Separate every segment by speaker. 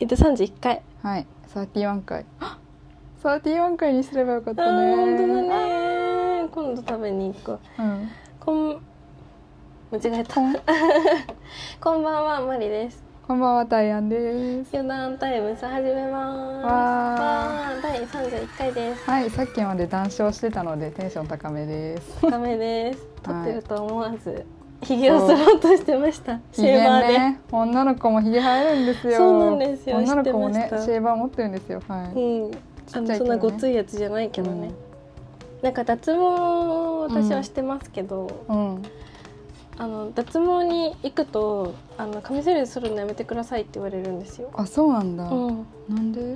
Speaker 1: えっと31回
Speaker 2: はい31回 あ31回にすればよかっ
Speaker 1: あ
Speaker 2: たね
Speaker 1: ー本当だね今度食べに行こう
Speaker 2: うん
Speaker 1: こん間違えた こんばんはマリです
Speaker 2: こんばんはダイアンです
Speaker 1: 余談タイムさ始めます
Speaker 2: わー
Speaker 1: わー第31回です
Speaker 2: はいさっきまで談笑してたのでテンション高めです
Speaker 1: ダメ です撮
Speaker 2: はい
Speaker 1: ってると思わずひげを剃ろうとしてましたシ
Speaker 2: ヒ
Speaker 1: ェー
Speaker 2: ゲ
Speaker 1: バーで、
Speaker 2: ね女の子もヒゲ生えるんですよ
Speaker 1: そうなんですよ
Speaker 2: 女の子も
Speaker 1: 知っ
Speaker 2: ね
Speaker 1: て
Speaker 2: シ
Speaker 1: ました
Speaker 2: ェーバー持ってるんですよはい、
Speaker 1: うんあ
Speaker 2: っ
Speaker 1: の
Speaker 2: ちゃいけどね
Speaker 1: そんなごついやつじゃないけどね、なんか脱毛を私はしてますけど、
Speaker 2: うん、うん
Speaker 1: あの脱毛に行くとあのカミソリで剃るのやめてくださいって言われるんですよ、
Speaker 2: あそうなんだ、
Speaker 1: うん、
Speaker 2: なんで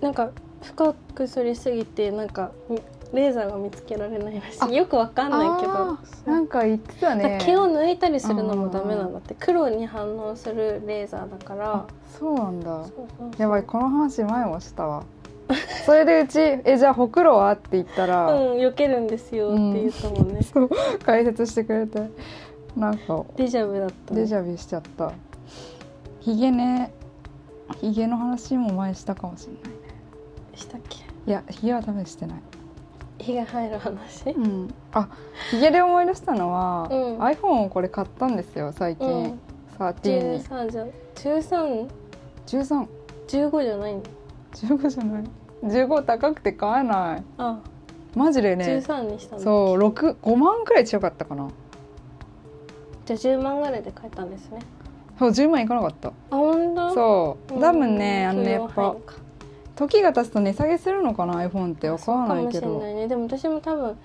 Speaker 1: なんか深く剃りすぎてなんかみレーザーが見つけられないらし
Speaker 2: あ
Speaker 1: いよくわかんないけ
Speaker 2: あ
Speaker 1: ど
Speaker 2: ーなんか言ってた
Speaker 1: なん
Speaker 2: ね
Speaker 1: か毛を抜いたりするのもダメなんだって黒に反応するレーザーだから
Speaker 2: あそうなんだ
Speaker 1: そうそうそう
Speaker 2: やばいこの話前もしたわそれでうち「えじゃあほくろは?」って言ったら、
Speaker 1: うん避けるんですよって言うともんね、
Speaker 2: そう解説してくれてなんか
Speaker 1: デジャブだった
Speaker 2: デジャビしちゃったヒゲねヒゲの話も前したかもしれない
Speaker 1: したっけ
Speaker 2: いやヒゲは多分してない、
Speaker 1: 火が入る話
Speaker 2: うん、あヒゲで思い出したのは、
Speaker 1: うん
Speaker 2: iPhone をこれ買ったんですよ最近、
Speaker 1: うん
Speaker 2: 13に
Speaker 1: 13じゃ十三
Speaker 2: 1315
Speaker 1: 15じゃないの
Speaker 2: じゃない15高くて買えない
Speaker 1: あ
Speaker 2: マジ
Speaker 1: 十
Speaker 2: でね
Speaker 1: 三にしたの
Speaker 2: そう65万くらい強かったかな
Speaker 1: じゃあ10万ぐらいで買えたんですね
Speaker 2: そう10万いかなかった
Speaker 1: あ本当
Speaker 2: そう多分ねあのねやっ
Speaker 1: 許容
Speaker 2: ぱ
Speaker 1: 範囲か
Speaker 2: 時が経つと値下げするのかな iPhone ってわからないけ
Speaker 1: そうかも
Speaker 2: ど
Speaker 1: しれないねでも私も多分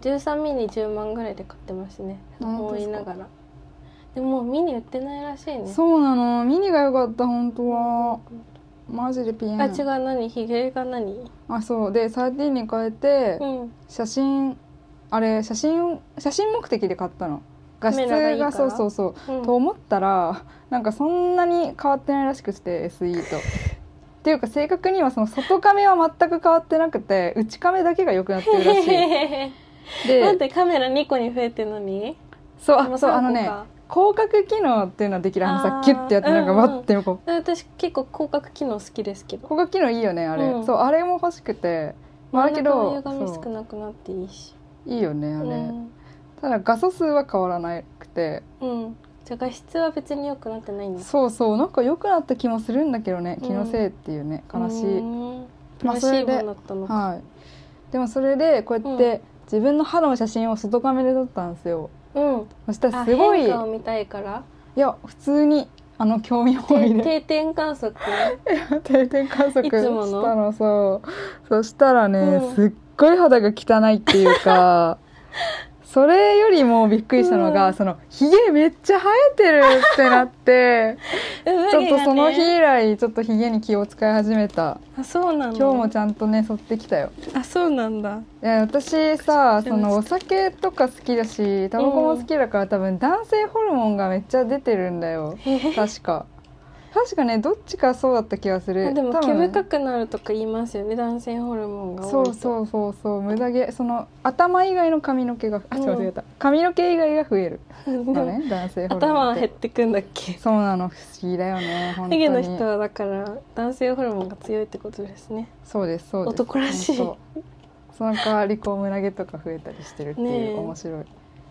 Speaker 1: 13ミニ10万ぐらいで買ってますね
Speaker 2: 本当
Speaker 1: 思
Speaker 2: で
Speaker 1: い
Speaker 2: すか
Speaker 1: ながらでももうミニ売ってないらしいね
Speaker 2: そうなのミニが良かった本当はマジでピエン
Speaker 1: あ違う何ひげが何
Speaker 2: あそうで13に変えて
Speaker 1: うん
Speaker 2: 写真あれ写真写真目的で買ったの画質
Speaker 1: カメラがいいか
Speaker 2: が
Speaker 1: ら
Speaker 2: そうそうそう
Speaker 1: うん
Speaker 2: と思ったらなんかそんなに変わってないらしくて SE と。っていうか正確にはその外カメは全く変わってなくて内カメだけが良くなってるらし い。
Speaker 1: なん
Speaker 2: で
Speaker 1: でカメラ2個に増えてんのに
Speaker 2: そう
Speaker 1: でも
Speaker 2: あそ
Speaker 1: 三
Speaker 2: う
Speaker 1: 個
Speaker 2: あのね
Speaker 1: か
Speaker 2: 広角機能っていうのはできるあのさ
Speaker 1: あー
Speaker 2: キュッてやってなんか
Speaker 1: うんうん
Speaker 2: バッてこう
Speaker 1: 私結構広角機能好きですけど
Speaker 2: 広角機能いいよねあれ、
Speaker 1: うん
Speaker 2: そうあれも欲しくてまあ
Speaker 1: 真ん
Speaker 2: だけ
Speaker 1: 中の
Speaker 2: ど
Speaker 1: 歪み少
Speaker 2: そう
Speaker 1: なくなっていいし
Speaker 2: いいよねあ
Speaker 1: う
Speaker 2: れ、
Speaker 1: ん、
Speaker 2: ただ画素数は変わらなくて
Speaker 1: うん、じゃあ画質は別に良くなってないんだ
Speaker 2: そうそうなんか良くなった気もするんだけどね気のせいっていうね、悲しい、
Speaker 1: い
Speaker 2: ま
Speaker 1: 悲
Speaker 2: あ
Speaker 1: し
Speaker 2: それ
Speaker 1: い
Speaker 2: で
Speaker 1: ものだったのか
Speaker 2: はいでもそれでこうやって、
Speaker 1: う
Speaker 2: 自分の肌の写真を外カメで撮ったんですよ
Speaker 1: うん
Speaker 2: そした
Speaker 1: あ
Speaker 2: らすごいい
Speaker 1: 変化を見たいから
Speaker 2: や普通にあの興味本位
Speaker 1: て
Speaker 2: で
Speaker 1: 定点観 測
Speaker 2: 定点観測
Speaker 1: い
Speaker 2: し
Speaker 1: つ
Speaker 2: た
Speaker 1: もの
Speaker 2: のそうそしたらね、
Speaker 1: うん
Speaker 2: すっごい肌が汚いっていうか それよりもびっくりしたのが、
Speaker 1: うん
Speaker 2: そのひげめっちゃ生えてるってなって ちょっとその日
Speaker 1: 上下がね
Speaker 2: 以来ちょっとひげに気を使い始めた
Speaker 1: あそうなんだ
Speaker 2: 今日もちゃんとね剃ってきたよ
Speaker 1: あそうなんだ
Speaker 2: いや私さ
Speaker 1: 口
Speaker 2: そのお酒とか好きだしタバコも好きだから、多分男性ホルモンがめっちゃ出てるんだよ
Speaker 1: へへ
Speaker 2: 確か確かねどっちかそうだった気がする
Speaker 1: あでも
Speaker 2: 多
Speaker 1: 毛
Speaker 2: 分
Speaker 1: 深くなるとか言いますよね男性ホルモンが多
Speaker 2: そ
Speaker 1: いと
Speaker 2: うそうそうそう無駄毛その頭以外の髪の毛があ違う違った、髪の毛以外が増える
Speaker 1: で
Speaker 2: だ
Speaker 1: も
Speaker 2: ね男性ホルモン
Speaker 1: 頭は
Speaker 2: って
Speaker 1: 減ってくんだっけ
Speaker 2: そうなの不思議だよね本当
Speaker 1: ヒ
Speaker 2: に
Speaker 1: ゲの人はだから男性ホルモンが強いってことですね
Speaker 2: そうですそうです
Speaker 1: 男らしい
Speaker 2: 本当その代わりこう胸毛とか増えたりしてるっていう、
Speaker 1: ねえ
Speaker 2: 面白い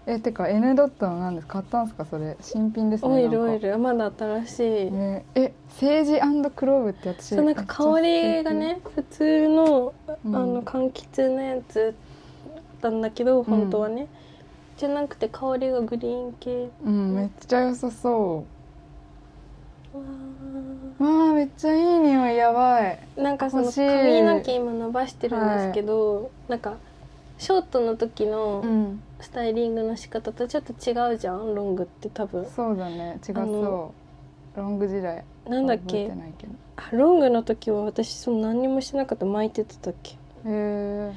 Speaker 2: えてか N ドットの何です買ったんですかそれ新品ですね
Speaker 1: オイルオイ
Speaker 2: ル、
Speaker 1: ルまだ新しい、
Speaker 2: ね、えセージクローブって私
Speaker 1: そうなんか香りがね普通の
Speaker 2: うん
Speaker 1: あの柑橘のやつなんだけど、本当はねじゃなくて香りがグリーン系わ
Speaker 2: うんめっちゃ良さそ
Speaker 1: ー
Speaker 2: うわあめっちゃいい匂いやばい
Speaker 1: なんかその
Speaker 2: 欲しい
Speaker 1: 髪の毛今伸ばしてるんですけど、なんかショートの時の
Speaker 2: ん
Speaker 1: スタイリングの仕方とちょっと違うじゃんロングって多分
Speaker 2: そうだね違う
Speaker 1: あ
Speaker 2: そ
Speaker 1: の
Speaker 2: うロング時代
Speaker 1: なんだっ
Speaker 2: 覚え
Speaker 1: け
Speaker 2: てないけど
Speaker 1: あロングの時は私その何にもしてなかった巻いてただけ
Speaker 2: へえ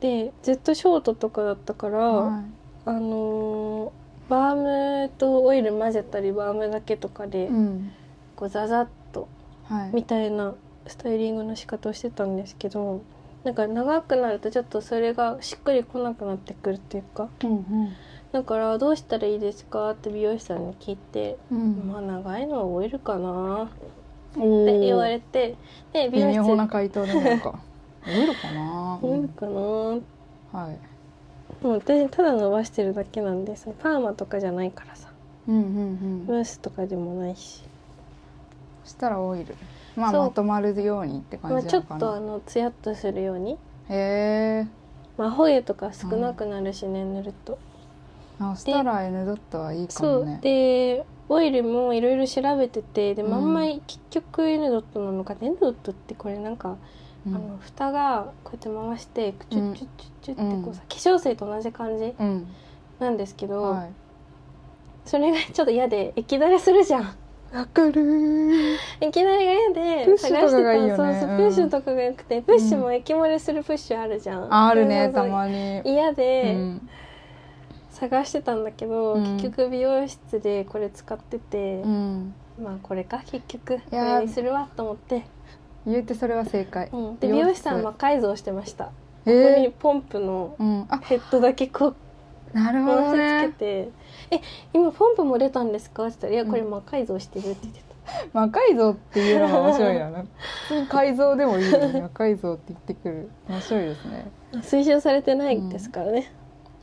Speaker 1: でずっとショートとかだったから、
Speaker 2: はい
Speaker 1: あのーバームとオイル混ぜたりバームだけとかで
Speaker 2: うん
Speaker 1: こうザザッと
Speaker 2: はい
Speaker 1: みたいなスタイリングの仕方をしてたんですけどなんか長くなるとちょっとそれがしっくりこなくなってくるっていうか
Speaker 2: うん
Speaker 1: だから「どうしたらいいですか?」って美容師さんに聞いて
Speaker 2: う
Speaker 1: 「ま
Speaker 2: ん
Speaker 1: あ長いのはオイルかな」って
Speaker 2: おー
Speaker 1: 言われてで美
Speaker 2: 微
Speaker 1: 容
Speaker 2: 妙な
Speaker 1: 室
Speaker 2: 回答でな んか覚えるかな、
Speaker 1: 多いかなも
Speaker 2: はい、
Speaker 1: う私ただ伸ばしてるだけなんでそのパーマとかじゃないからさ
Speaker 2: うんうんう
Speaker 1: ム
Speaker 2: ん
Speaker 1: ースとかでもないし、
Speaker 2: そしたらオイルまあ
Speaker 1: そう
Speaker 2: まとまるようにって
Speaker 1: ま
Speaker 2: 感
Speaker 1: あ、
Speaker 2: じ
Speaker 1: ち
Speaker 2: な
Speaker 1: ょ
Speaker 2: のか
Speaker 1: っ
Speaker 2: な、
Speaker 1: とあのツヤっとするように、
Speaker 2: へえ
Speaker 1: まあ、ホゲとか少なくなるしね、塗ると。
Speaker 2: そしたら N ドットはいいか
Speaker 1: そ
Speaker 2: も
Speaker 1: う、
Speaker 2: ね
Speaker 1: でオイルもいろいろ調べててで
Speaker 2: うん
Speaker 1: まんまり結局 N ドットなのか、N ドットってこれなんか、
Speaker 2: うん
Speaker 1: あの蓋がこうやって回してチュッチュッチュッチュッってこうさ、
Speaker 2: う
Speaker 1: 化粧水と同じ感じ
Speaker 2: うん、
Speaker 1: なんですけど、
Speaker 2: はい
Speaker 1: それがちょっと嫌で液だれするじゃん
Speaker 2: わかるー
Speaker 1: 液だれが嫌
Speaker 2: プッ
Speaker 1: で
Speaker 2: シュとかがいいよね
Speaker 1: そうそう
Speaker 2: うん
Speaker 1: プッシュとかがよくてプッシュも液漏れするプッシュあるじゃん、
Speaker 2: ああるね
Speaker 1: そうそう
Speaker 2: たまに、
Speaker 1: 嫌で、
Speaker 2: うん
Speaker 1: 探してたんだけど、
Speaker 2: うん
Speaker 1: 結局美容室でこれ使ってて、
Speaker 2: うん、
Speaker 1: まあこれか結局こ
Speaker 2: いやー
Speaker 1: れにするわと思って、
Speaker 2: 言うてそれは正解、
Speaker 1: うん、で
Speaker 2: 美
Speaker 1: 美
Speaker 2: 容室
Speaker 1: 容師さんは魔改造してました、
Speaker 2: え
Speaker 1: ここに
Speaker 2: え
Speaker 1: ポンプの
Speaker 2: うん、あ
Speaker 1: ヘッドだけこう
Speaker 2: なるほ
Speaker 1: 回し
Speaker 2: どね
Speaker 1: つけて「え今ポンプも出たんですか?」って言ったら「いや
Speaker 2: うん
Speaker 1: これ魔改造してる」って言ってた、
Speaker 2: 魔改造っていうのが面白い よね普通に改造でもいいよね魔改造って言ってくる面白いですね
Speaker 1: 推奨されてないですからね、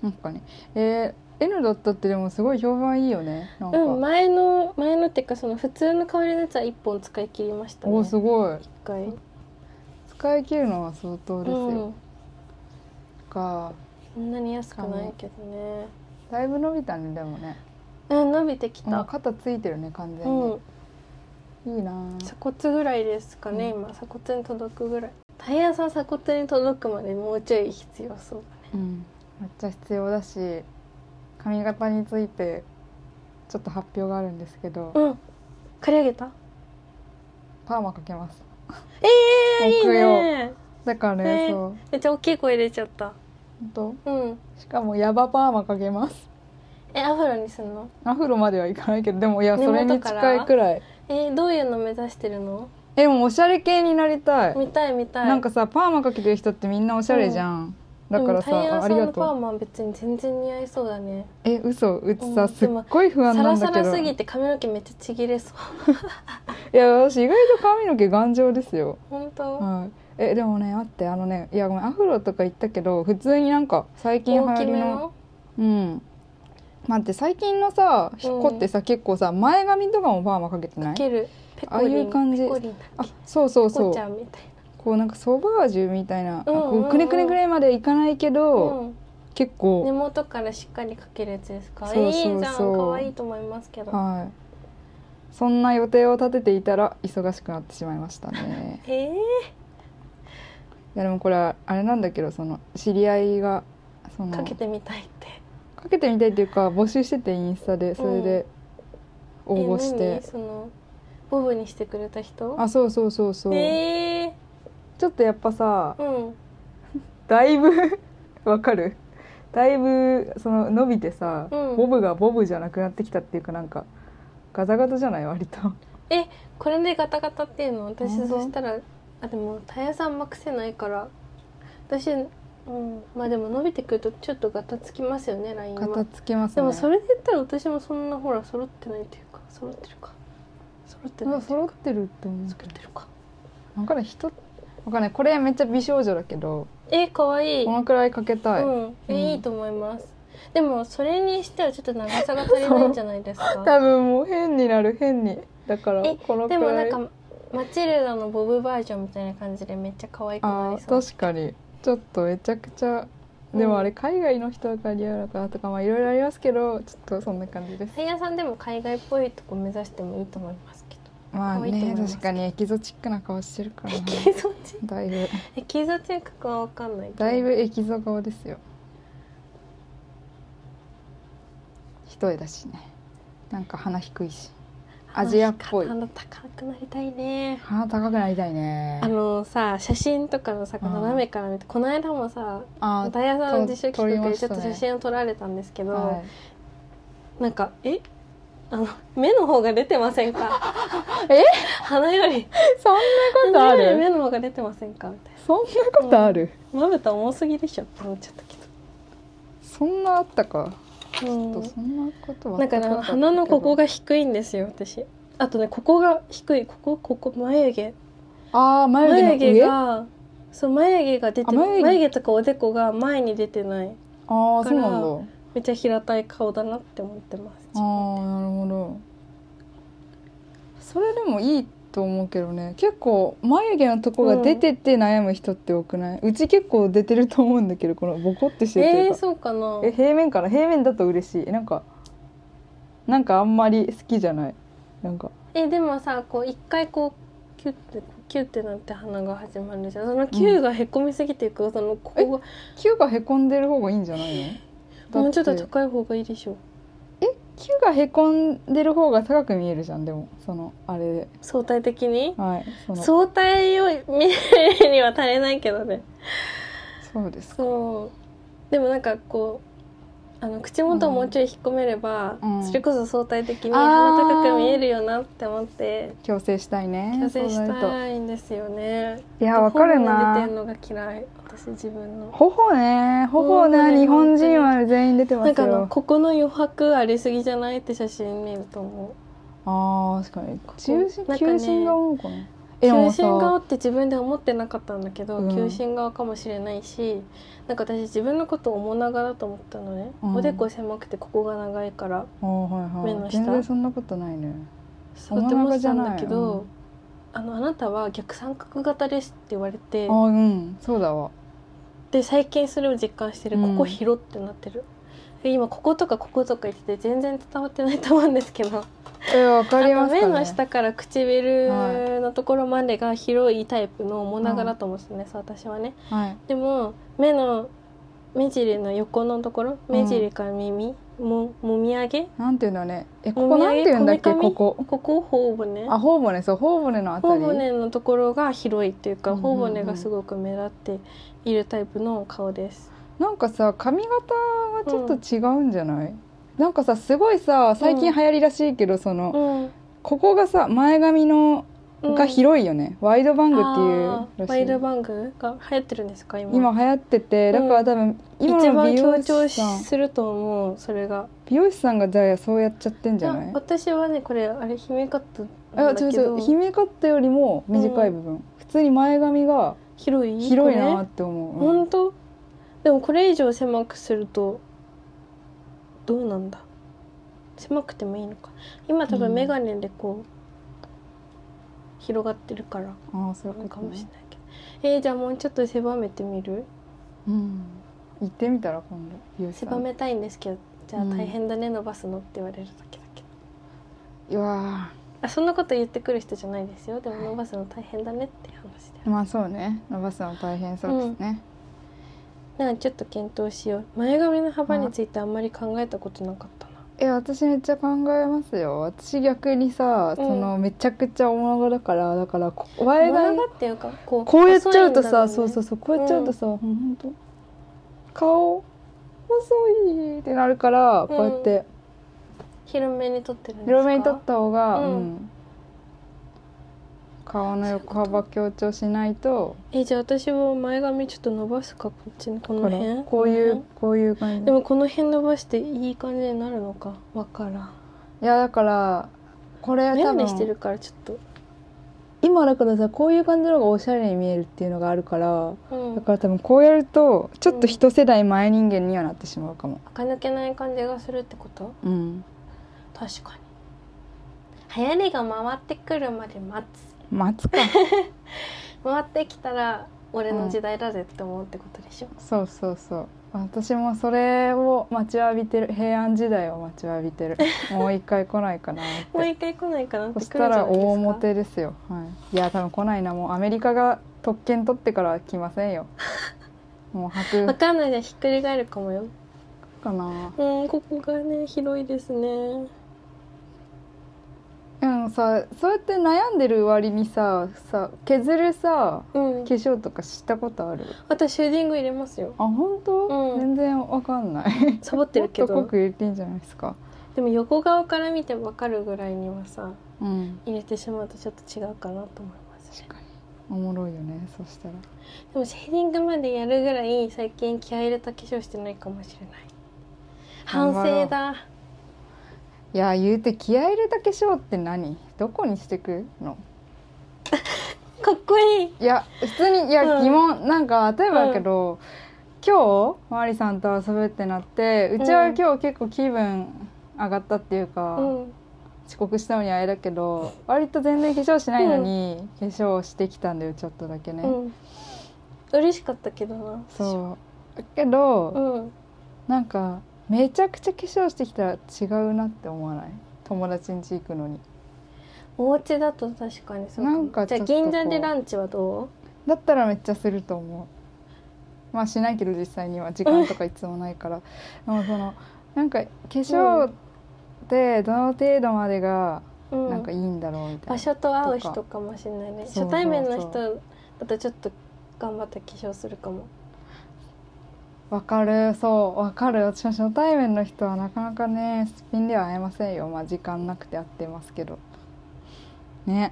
Speaker 2: なんかねえー、N ドットってでもすごい評判いいよねなんか、
Speaker 1: うん前の前のっていうかその普通の香りのやつは1本使い切りましたね
Speaker 2: おす
Speaker 1: 1
Speaker 2: ごい
Speaker 1: 回
Speaker 2: 使い切るのは相当ですよ、
Speaker 1: うん
Speaker 2: か
Speaker 1: そんなに安くないけどね
Speaker 2: だいぶ伸びたねでもね
Speaker 1: うん伸びてき
Speaker 2: もう
Speaker 1: た
Speaker 2: 肩ついてるね完全
Speaker 1: うん
Speaker 2: に、いいなぁ
Speaker 1: 鎖骨ぐらいですかね、
Speaker 2: うん
Speaker 1: 今鎖骨に届くぐらいタイヤさん鎖骨に届くまでもうちょい必要そう
Speaker 2: うん、めっちゃ必要だし髪型についてちょっと発表があるんですけど、
Speaker 1: うん刈り上げた
Speaker 2: パーマかけます
Speaker 1: ええー、いい
Speaker 2: 木曜
Speaker 1: ね
Speaker 2: だから
Speaker 1: え
Speaker 2: ね、
Speaker 1: ー
Speaker 2: そう
Speaker 1: めっちゃ大きい声出ちゃった
Speaker 2: 本
Speaker 1: うん
Speaker 2: 当しかもヤバパーマかけます
Speaker 1: えアフロにすんの
Speaker 2: アフロまではいかないけどでもいや
Speaker 1: 根
Speaker 2: そ
Speaker 1: 元
Speaker 2: れに近いくらい
Speaker 1: えーどういうの目指してるの
Speaker 2: えもうおしゃれ系になりたい、
Speaker 1: 見たい見たい
Speaker 2: なんかさパーマかけてる人ってみんなおしゃれじゃん、だから
Speaker 1: うんタイヤ
Speaker 2: さ、あ
Speaker 1: さん
Speaker 2: り
Speaker 1: の
Speaker 2: が
Speaker 1: パー
Speaker 2: とう
Speaker 1: マ別に全然似合いそうだね
Speaker 2: え嘘うちさ、
Speaker 1: うん
Speaker 2: すっごい不安
Speaker 1: サ
Speaker 2: な
Speaker 1: ラ
Speaker 2: んだ
Speaker 1: サ
Speaker 2: けど
Speaker 1: ラすぎて髪の毛めっちゃちぎれそう
Speaker 2: いや私意外と髪の毛頑丈ですよ
Speaker 1: 本当、
Speaker 2: はい、えでもね待ってあのねいやごめんアフロとか言ったけど普通になんか最近流
Speaker 1: 大
Speaker 2: 行
Speaker 1: き
Speaker 2: り
Speaker 1: め
Speaker 2: の
Speaker 1: の
Speaker 2: うん待って最近のさ子ってさ、結構さ前髪とかもパーマかけてな
Speaker 1: か
Speaker 2: い
Speaker 1: けるペ
Speaker 2: あ
Speaker 1: コ
Speaker 2: あ
Speaker 1: リン
Speaker 2: いう感じ
Speaker 1: ペコリンだっ
Speaker 2: あ
Speaker 1: け
Speaker 2: そうそう
Speaker 1: ペ
Speaker 2: そ
Speaker 1: コ
Speaker 2: う
Speaker 1: ちゃんみたい
Speaker 2: こうなんかソバージュみたいな、あ
Speaker 1: うんうんうん
Speaker 2: こうくねくねくねまでいかないけ
Speaker 1: な、
Speaker 2: ど、
Speaker 1: うん、
Speaker 2: 結
Speaker 1: 根
Speaker 2: 構、
Speaker 1: 元からしっかりかけるやつですか
Speaker 2: そうそうそう
Speaker 1: いいじゃん可愛いと思いますけど、
Speaker 2: はいそんな予定を立てていたら忙しくなってしまいまし たね
Speaker 1: ええ
Speaker 2: いやでもこれはあれなんだけどその知り合いがその
Speaker 1: かけてみたいって
Speaker 2: かけてみたいっていうか募集しててインスタでそれで応募し
Speaker 1: え
Speaker 2: て
Speaker 1: 何、そのボブにしてくれた人
Speaker 2: あそうそうそうそう、
Speaker 1: ええ
Speaker 2: ちょっとやっぱさ
Speaker 1: うん
Speaker 2: だいぶ わかるだいぶその伸びてさ、
Speaker 1: うん
Speaker 2: ボブがボブじゃなくなってきたっていうかなんかガタガタじゃない割と
Speaker 1: これでガタガタっていうの私
Speaker 2: 本当
Speaker 1: そしたらあでもタイヤさんまくせないから私うんまあでも伸びてくるとちょっとガタつきますよねライン
Speaker 2: ガ
Speaker 1: は
Speaker 2: タつきます
Speaker 1: で
Speaker 2: ね
Speaker 1: もそれで言ったら私もそんなほら揃ってないっていうか揃ってるか揃って
Speaker 2: う
Speaker 1: な
Speaker 2: わ
Speaker 1: いってい
Speaker 2: 揃
Speaker 1: う
Speaker 2: っ
Speaker 1: か
Speaker 2: てるって思う
Speaker 1: 揃ってるか
Speaker 2: 分かる人分かんないこれめっちゃ美少女だけど
Speaker 1: え可愛い
Speaker 2: このくらいかけたい、
Speaker 1: うん、え
Speaker 2: うん
Speaker 1: いいと思いますでもそれにしてはちょっと長さが足りないんじゃないですか
Speaker 2: 多分もう変になる変にだから
Speaker 1: え
Speaker 2: このくらい
Speaker 1: でもなんかマチルダのボブバージョンみたいな感じでめっちゃ可愛くな
Speaker 2: あ
Speaker 1: り
Speaker 2: ー
Speaker 1: そう
Speaker 2: 確かにちょっとめちゃくちゃ
Speaker 1: うん
Speaker 2: でもあれ海外の人だからリアルだからとかまあいろいろありますけどちょっとそんな感じです
Speaker 1: タイヤさんでも海外っぽいとこ目指してもいいと思います けど
Speaker 2: まあ
Speaker 1: 多いと思い
Speaker 2: ね
Speaker 1: ます
Speaker 2: 確かにエキゾチックな顔してる からな
Speaker 1: エキゾ チ
Speaker 2: だいぶ
Speaker 1: エキゾチックかは分かんないけど
Speaker 2: だいぶエキゾ顔ですよ一重だしねなんか鼻低いしアジアっぽい
Speaker 1: 鼻高くなりたいね
Speaker 2: 鼻高くなりたいね
Speaker 1: あのさ写真とかのさ
Speaker 2: うん
Speaker 1: 斜めから見てこの間もさ
Speaker 2: あ
Speaker 1: タイヤさんの
Speaker 2: と
Speaker 1: 自主
Speaker 2: 撮
Speaker 1: 企
Speaker 2: り
Speaker 1: 画
Speaker 2: ま
Speaker 1: で
Speaker 2: し
Speaker 1: ちょ
Speaker 2: た
Speaker 1: っ
Speaker 2: ね
Speaker 1: と写真を撮られたんですけど、
Speaker 2: は
Speaker 1: なんかえあの目の方が出てませんか
Speaker 2: え
Speaker 1: 鼻より
Speaker 2: いそんなことあ
Speaker 1: 鼻より目
Speaker 2: る
Speaker 1: の方が出てませんかみたい
Speaker 2: そんなことある
Speaker 1: なまぶた重すぎでしょって思っちゃったけ
Speaker 2: そんなあったか
Speaker 1: ど、
Speaker 2: ちょっとそんなことは
Speaker 1: なんかね鼻のここが低いんですよ私あとねここが低いここここ眉毛
Speaker 2: ああ眉毛の
Speaker 1: 眉毛
Speaker 2: 上あ
Speaker 1: がそう眉毛が出て
Speaker 2: あ眉
Speaker 1: 眉毛
Speaker 2: 毛
Speaker 1: とかおでこが前に出てない
Speaker 2: あー
Speaker 1: か
Speaker 2: そう
Speaker 1: ら
Speaker 2: なんだ
Speaker 1: めっちゃ平たい顔だなって思ってます
Speaker 2: ああなるほどそれでもいいと思うけどね結構眉毛のとこが出てて悩む人って多くない、うち結構出てると思うんだけどこのボコってしてるとい
Speaker 1: えー、
Speaker 2: うか、
Speaker 1: そうかな
Speaker 2: え平面から平面だと嬉しいえなんかなんかあんまり好きじゃないなんか
Speaker 1: えでもさこう一回こうキュッてキュッてなって鼻が始まるじゃんそのキューがへこみすぎていく、そのここ
Speaker 2: 9がへこんでる方がいいんじゃないのだて
Speaker 1: がもうちょっと高い方がいいでしょ
Speaker 2: 9がへこんでる方が高く見えるじゃんでもそのあれで
Speaker 1: 相対的に
Speaker 2: はいその
Speaker 1: 相対を見るには足りないけどね
Speaker 2: そうですか
Speaker 1: そうでもなんかこうあの口元をもうちょい引っ込めれば、
Speaker 2: うん
Speaker 1: それこそ相対的に
Speaker 2: あー
Speaker 1: 鼻高く見えるよなって思って
Speaker 2: 矯正したいね
Speaker 1: 矯正し
Speaker 2: そうなると
Speaker 1: たいんですよね
Speaker 2: いやわかる
Speaker 1: 頬
Speaker 2: な
Speaker 1: が出てんのが嫌い私自分の
Speaker 2: 頬ね頬
Speaker 1: 頬
Speaker 2: ね
Speaker 1: ね
Speaker 2: 日本人は全員出てま
Speaker 1: なん
Speaker 2: す
Speaker 1: かあの
Speaker 2: よ
Speaker 1: ここの余白ありすぎじゃないって写真見ると思う
Speaker 2: あー確かに
Speaker 1: こ
Speaker 2: 中心
Speaker 1: なんかね
Speaker 2: 球心が多いかなえでも
Speaker 1: 球
Speaker 2: さ
Speaker 1: 心顔って自分で思ってなかったんだけど、
Speaker 2: うん
Speaker 1: 球心顔かもしれないしなんか私自分のことを面長だと思ったのね、
Speaker 2: うん
Speaker 1: おでこ狭くてここが長いから
Speaker 2: あーはい
Speaker 1: 目
Speaker 2: は
Speaker 1: の
Speaker 2: い
Speaker 1: 下
Speaker 2: 全然そんなことないね
Speaker 1: そうって思ってたんだけ
Speaker 2: 面長
Speaker 1: ど、あのあなたは逆三角型ですって言われて
Speaker 2: あーうんそうだわ
Speaker 1: で最近それを実感してる
Speaker 2: う
Speaker 1: こ
Speaker 2: ん
Speaker 1: こ広ってなってる、で今こことかこことか言ってて全然伝わってないと思うんですけど
Speaker 2: えわかり
Speaker 1: あ
Speaker 2: ま
Speaker 1: の
Speaker 2: すかね
Speaker 1: 目の下から唇のところまでが広いタイプのモナガだと思ってたんです、私はね
Speaker 2: はい
Speaker 1: でも目の目尻の横のところ
Speaker 2: うん
Speaker 1: 目尻から耳、ももみあげ
Speaker 2: なんていうんだろうねえこ
Speaker 1: も
Speaker 2: こ
Speaker 1: みあ
Speaker 2: なん
Speaker 1: げ
Speaker 2: ていうんだっけ
Speaker 1: こめ
Speaker 2: こ
Speaker 1: かみ
Speaker 2: こ
Speaker 1: ここ頬骨
Speaker 2: あ頬骨そう頬骨のあた
Speaker 1: 頬
Speaker 2: り
Speaker 1: 骨のところが広いっていうか、
Speaker 2: うんうんうん
Speaker 1: 頬骨がすごく目立っているタイプの顔です。
Speaker 2: なんかさ髪型がちょっと違うんじゃない、なんかさすごいさ最近流行りらしいけど、その
Speaker 1: うん、
Speaker 2: ここがさ前髪のが広いよね、ワイドバングってい
Speaker 1: あ
Speaker 2: う
Speaker 1: ー
Speaker 2: ら
Speaker 1: ワ
Speaker 2: し
Speaker 1: イ
Speaker 2: い
Speaker 1: ドバングが流行ってるんですか今。
Speaker 2: 今流行っててだから多分今
Speaker 1: 一
Speaker 2: の
Speaker 1: 番
Speaker 2: 美容
Speaker 1: 強
Speaker 2: 師
Speaker 1: 調
Speaker 2: さん
Speaker 1: すると思うそれが。
Speaker 2: 美容師さんがじゃあそうやっちゃってんじゃない
Speaker 1: や私はねこれあれ姫カット
Speaker 2: あ
Speaker 1: なん
Speaker 2: 違
Speaker 1: だけ
Speaker 2: う違
Speaker 1: ど
Speaker 2: う姫カットよりも短い部分、普通に前髪が
Speaker 1: 広い
Speaker 2: 広い
Speaker 1: こ
Speaker 2: な
Speaker 1: れ
Speaker 2: って思う、うん
Speaker 1: 本当でもこれ以上狭くするとどうなんだ狭くてもいいのか今多
Speaker 2: う
Speaker 1: 分
Speaker 2: ん
Speaker 1: メガネでこう広がってるから
Speaker 2: ああそういう
Speaker 1: なの
Speaker 2: こと
Speaker 1: か
Speaker 2: ね
Speaker 1: もしれないけどえー、じゃあもうちょっと狭めてみる
Speaker 2: うん行ってみたら今度美容師さん
Speaker 1: 狭めたいんですけどじゃあ
Speaker 2: うん
Speaker 1: 大変だね伸ばすのって言われるだけだけど
Speaker 2: うわ
Speaker 1: あそんなこと言ってくる人じゃないですよでも伸ばすの大変だねって話で
Speaker 2: ーまあそうね伸ばすの大変そうですね、
Speaker 1: なんかちょっと検討しよう前髪の幅についてあんまり考えたことなかったな
Speaker 2: え私めっちゃ考えますよ私逆にさ、
Speaker 1: うん
Speaker 2: そのめちゃくちゃおもろだからだからこ
Speaker 1: 前
Speaker 2: 前髪
Speaker 1: 髪っていうかこう
Speaker 2: こうやっちゃうと
Speaker 1: 細いんだろ
Speaker 2: さ
Speaker 1: ね
Speaker 2: そうそうそうこうやっちゃうとさ、ほんと顔細いってなるからこうやって
Speaker 1: 広めに撮ってるんですか
Speaker 2: 広めに取った方が、
Speaker 1: うん
Speaker 2: うん顔の横幅強調しないと
Speaker 1: えじゃあ私は前髪ちょっと伸ばすかこっちのこの
Speaker 2: ほら
Speaker 1: 辺
Speaker 2: こういう
Speaker 1: の
Speaker 2: こういう感
Speaker 1: 辺
Speaker 2: じ
Speaker 1: でもこの辺伸ばしていい感じになるのかわから
Speaker 2: いやだからこれ
Speaker 1: んメガ
Speaker 2: 多
Speaker 1: ネして
Speaker 2: 分
Speaker 1: るからちょっと
Speaker 2: 今だからさこういう感じの方がおしゃれに見えるっていうのがあるから
Speaker 1: うん
Speaker 2: だから多分こうやるとちょっと一世代前人間にはなってしまうかも
Speaker 1: 垢抜けない感じがするってこと
Speaker 2: うん
Speaker 1: 確かに流行りが回ってくるまで待つ
Speaker 2: 待つか
Speaker 1: 回ってきたら俺の時代だぜって思うってことでしょ、
Speaker 2: そうそうそう私もそれを待ちわびてる平安時代を待ちわび てるもう一回来ないかなっ
Speaker 1: もう
Speaker 2: て
Speaker 1: 一回来ないかなって
Speaker 2: そ
Speaker 1: 来るじ
Speaker 2: し
Speaker 1: ゃな
Speaker 2: たら
Speaker 1: いですか
Speaker 2: 大表ですよ、はい、いや多分来ないなもうアメリカが特権取ってから来ませ んよもう
Speaker 1: わ
Speaker 2: 白
Speaker 1: かんないじゃんひっくり返るかもよ
Speaker 2: かな
Speaker 1: うんここがね広いですね
Speaker 2: でもさそうやって悩んでる割にささ削るさ
Speaker 1: うん
Speaker 2: 化粧とかしたことある
Speaker 1: 私シェーディング入れますよ
Speaker 2: あ本当、
Speaker 1: うん
Speaker 2: 全然わかんない
Speaker 1: サボってるけ
Speaker 2: もっと濃
Speaker 1: ど
Speaker 2: く入れていいんじゃないですか。
Speaker 1: でも横顔から見てわかるぐらいにはさ
Speaker 2: うん。
Speaker 1: 入れてしまうとちょっと違うかなと思いますね
Speaker 2: 確かに。おもろいよね。そしたら。
Speaker 1: でもシェーディングまでやるぐらい最近気合い入れた化粧してないかもしれない反省だ
Speaker 2: いや言うて気合い入れた化粧って何どこにしてくの
Speaker 1: かっこいい
Speaker 2: いや普通にいや、
Speaker 1: うん
Speaker 2: 疑問なんか例えばやけど、今日マリさんと遊ぶってなってうちは今日結構気分上がったっていうか、
Speaker 1: うん
Speaker 2: 遅刻したのにあれだけど割と全然化粧しないのに、化粧してきたんだよちょっとだけね、
Speaker 1: うん嬉しかったけどな
Speaker 2: そうだけど、
Speaker 1: うん
Speaker 2: なんかめちゃくちゃ化粧してきたら違うなって思わない友達ん家行くのに
Speaker 1: お家だと確かにそうかも
Speaker 2: なんかち
Speaker 1: じゃ
Speaker 2: ょっ
Speaker 1: あ
Speaker 2: と
Speaker 1: 銀座でランチはど
Speaker 2: だったらめっちゃすると思うまあしないけど実際には時間とかいつもない からでもそのなんか化粧ってどの程度までが
Speaker 1: う、うん、
Speaker 2: なんかいいんだろうみたい
Speaker 1: 場
Speaker 2: な、
Speaker 1: 所と合う人かもしれないね
Speaker 2: そうそうそう
Speaker 1: 初対面の人だとちょっと頑張って化粧するかも
Speaker 2: わかるそうわかる私は初対面の人はなかなかねすっぴんでは会えませんよまあ時間なくて会ってますけどね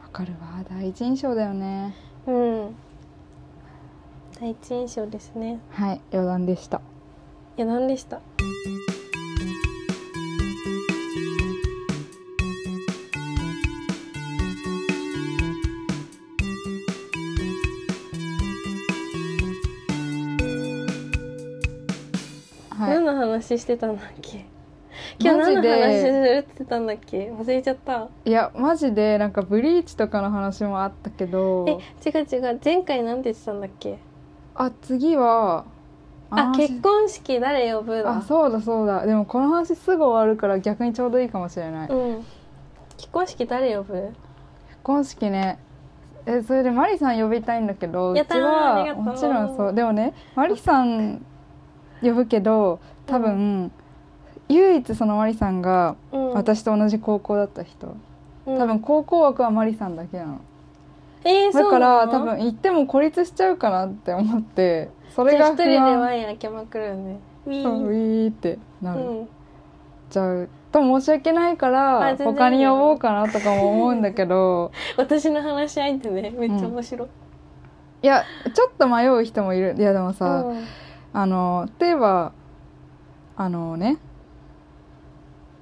Speaker 2: わかるわ第一印象だよね
Speaker 1: うん第一印象ですね
Speaker 2: はい余談でした
Speaker 1: いや何でした
Speaker 2: はい
Speaker 1: 何の話してたんだっけ今日何の
Speaker 2: マジで
Speaker 1: 話するって言ってたんだっけ忘れちゃった
Speaker 2: いやマジでなんかブリーチとかの話もあったけ
Speaker 1: え
Speaker 2: ど
Speaker 1: 違う違う前回何て言ってたんだっけ
Speaker 2: あ次は
Speaker 1: あ
Speaker 2: の話
Speaker 1: 結婚式誰呼ぶだ
Speaker 2: あそうだそうだでもこの話すぐ終わるから逆にちょうどいいかもしれない、結
Speaker 1: うん結婚式誰呼ぶ
Speaker 2: 婚式ねえそれでマリさん呼びたいんだけどうち
Speaker 1: やったーありが
Speaker 2: は
Speaker 1: とう
Speaker 2: もちろんそうでもねマリさん呼ぶけど多分、唯一そのマリさんが
Speaker 1: うん
Speaker 2: 私と同じ高校だった人、
Speaker 1: うん
Speaker 2: 多分高校枠はマリさんだけなの
Speaker 1: えー、
Speaker 2: だ
Speaker 1: そう
Speaker 2: か
Speaker 1: な
Speaker 2: ら
Speaker 1: の
Speaker 2: 多分行っても孤立しちゃうかなって思ってそれ
Speaker 1: じゃあ
Speaker 2: が
Speaker 1: 一
Speaker 2: 不
Speaker 1: 人でワ
Speaker 2: 安
Speaker 1: イン開けまくるよねウィー
Speaker 2: そうウ
Speaker 1: ン
Speaker 2: ィーってなる、
Speaker 1: うん
Speaker 2: ちゃうと申し訳ないか
Speaker 1: あ
Speaker 2: ら
Speaker 1: 全然いいよ
Speaker 2: 他に呼ぼうかなとかも思うんだけど
Speaker 1: 私の話し合いってねめっちゃ面白い、
Speaker 2: いやちょっと迷う人もいるいやでも
Speaker 1: う
Speaker 2: さ、
Speaker 1: ん
Speaker 2: あの例えばあのね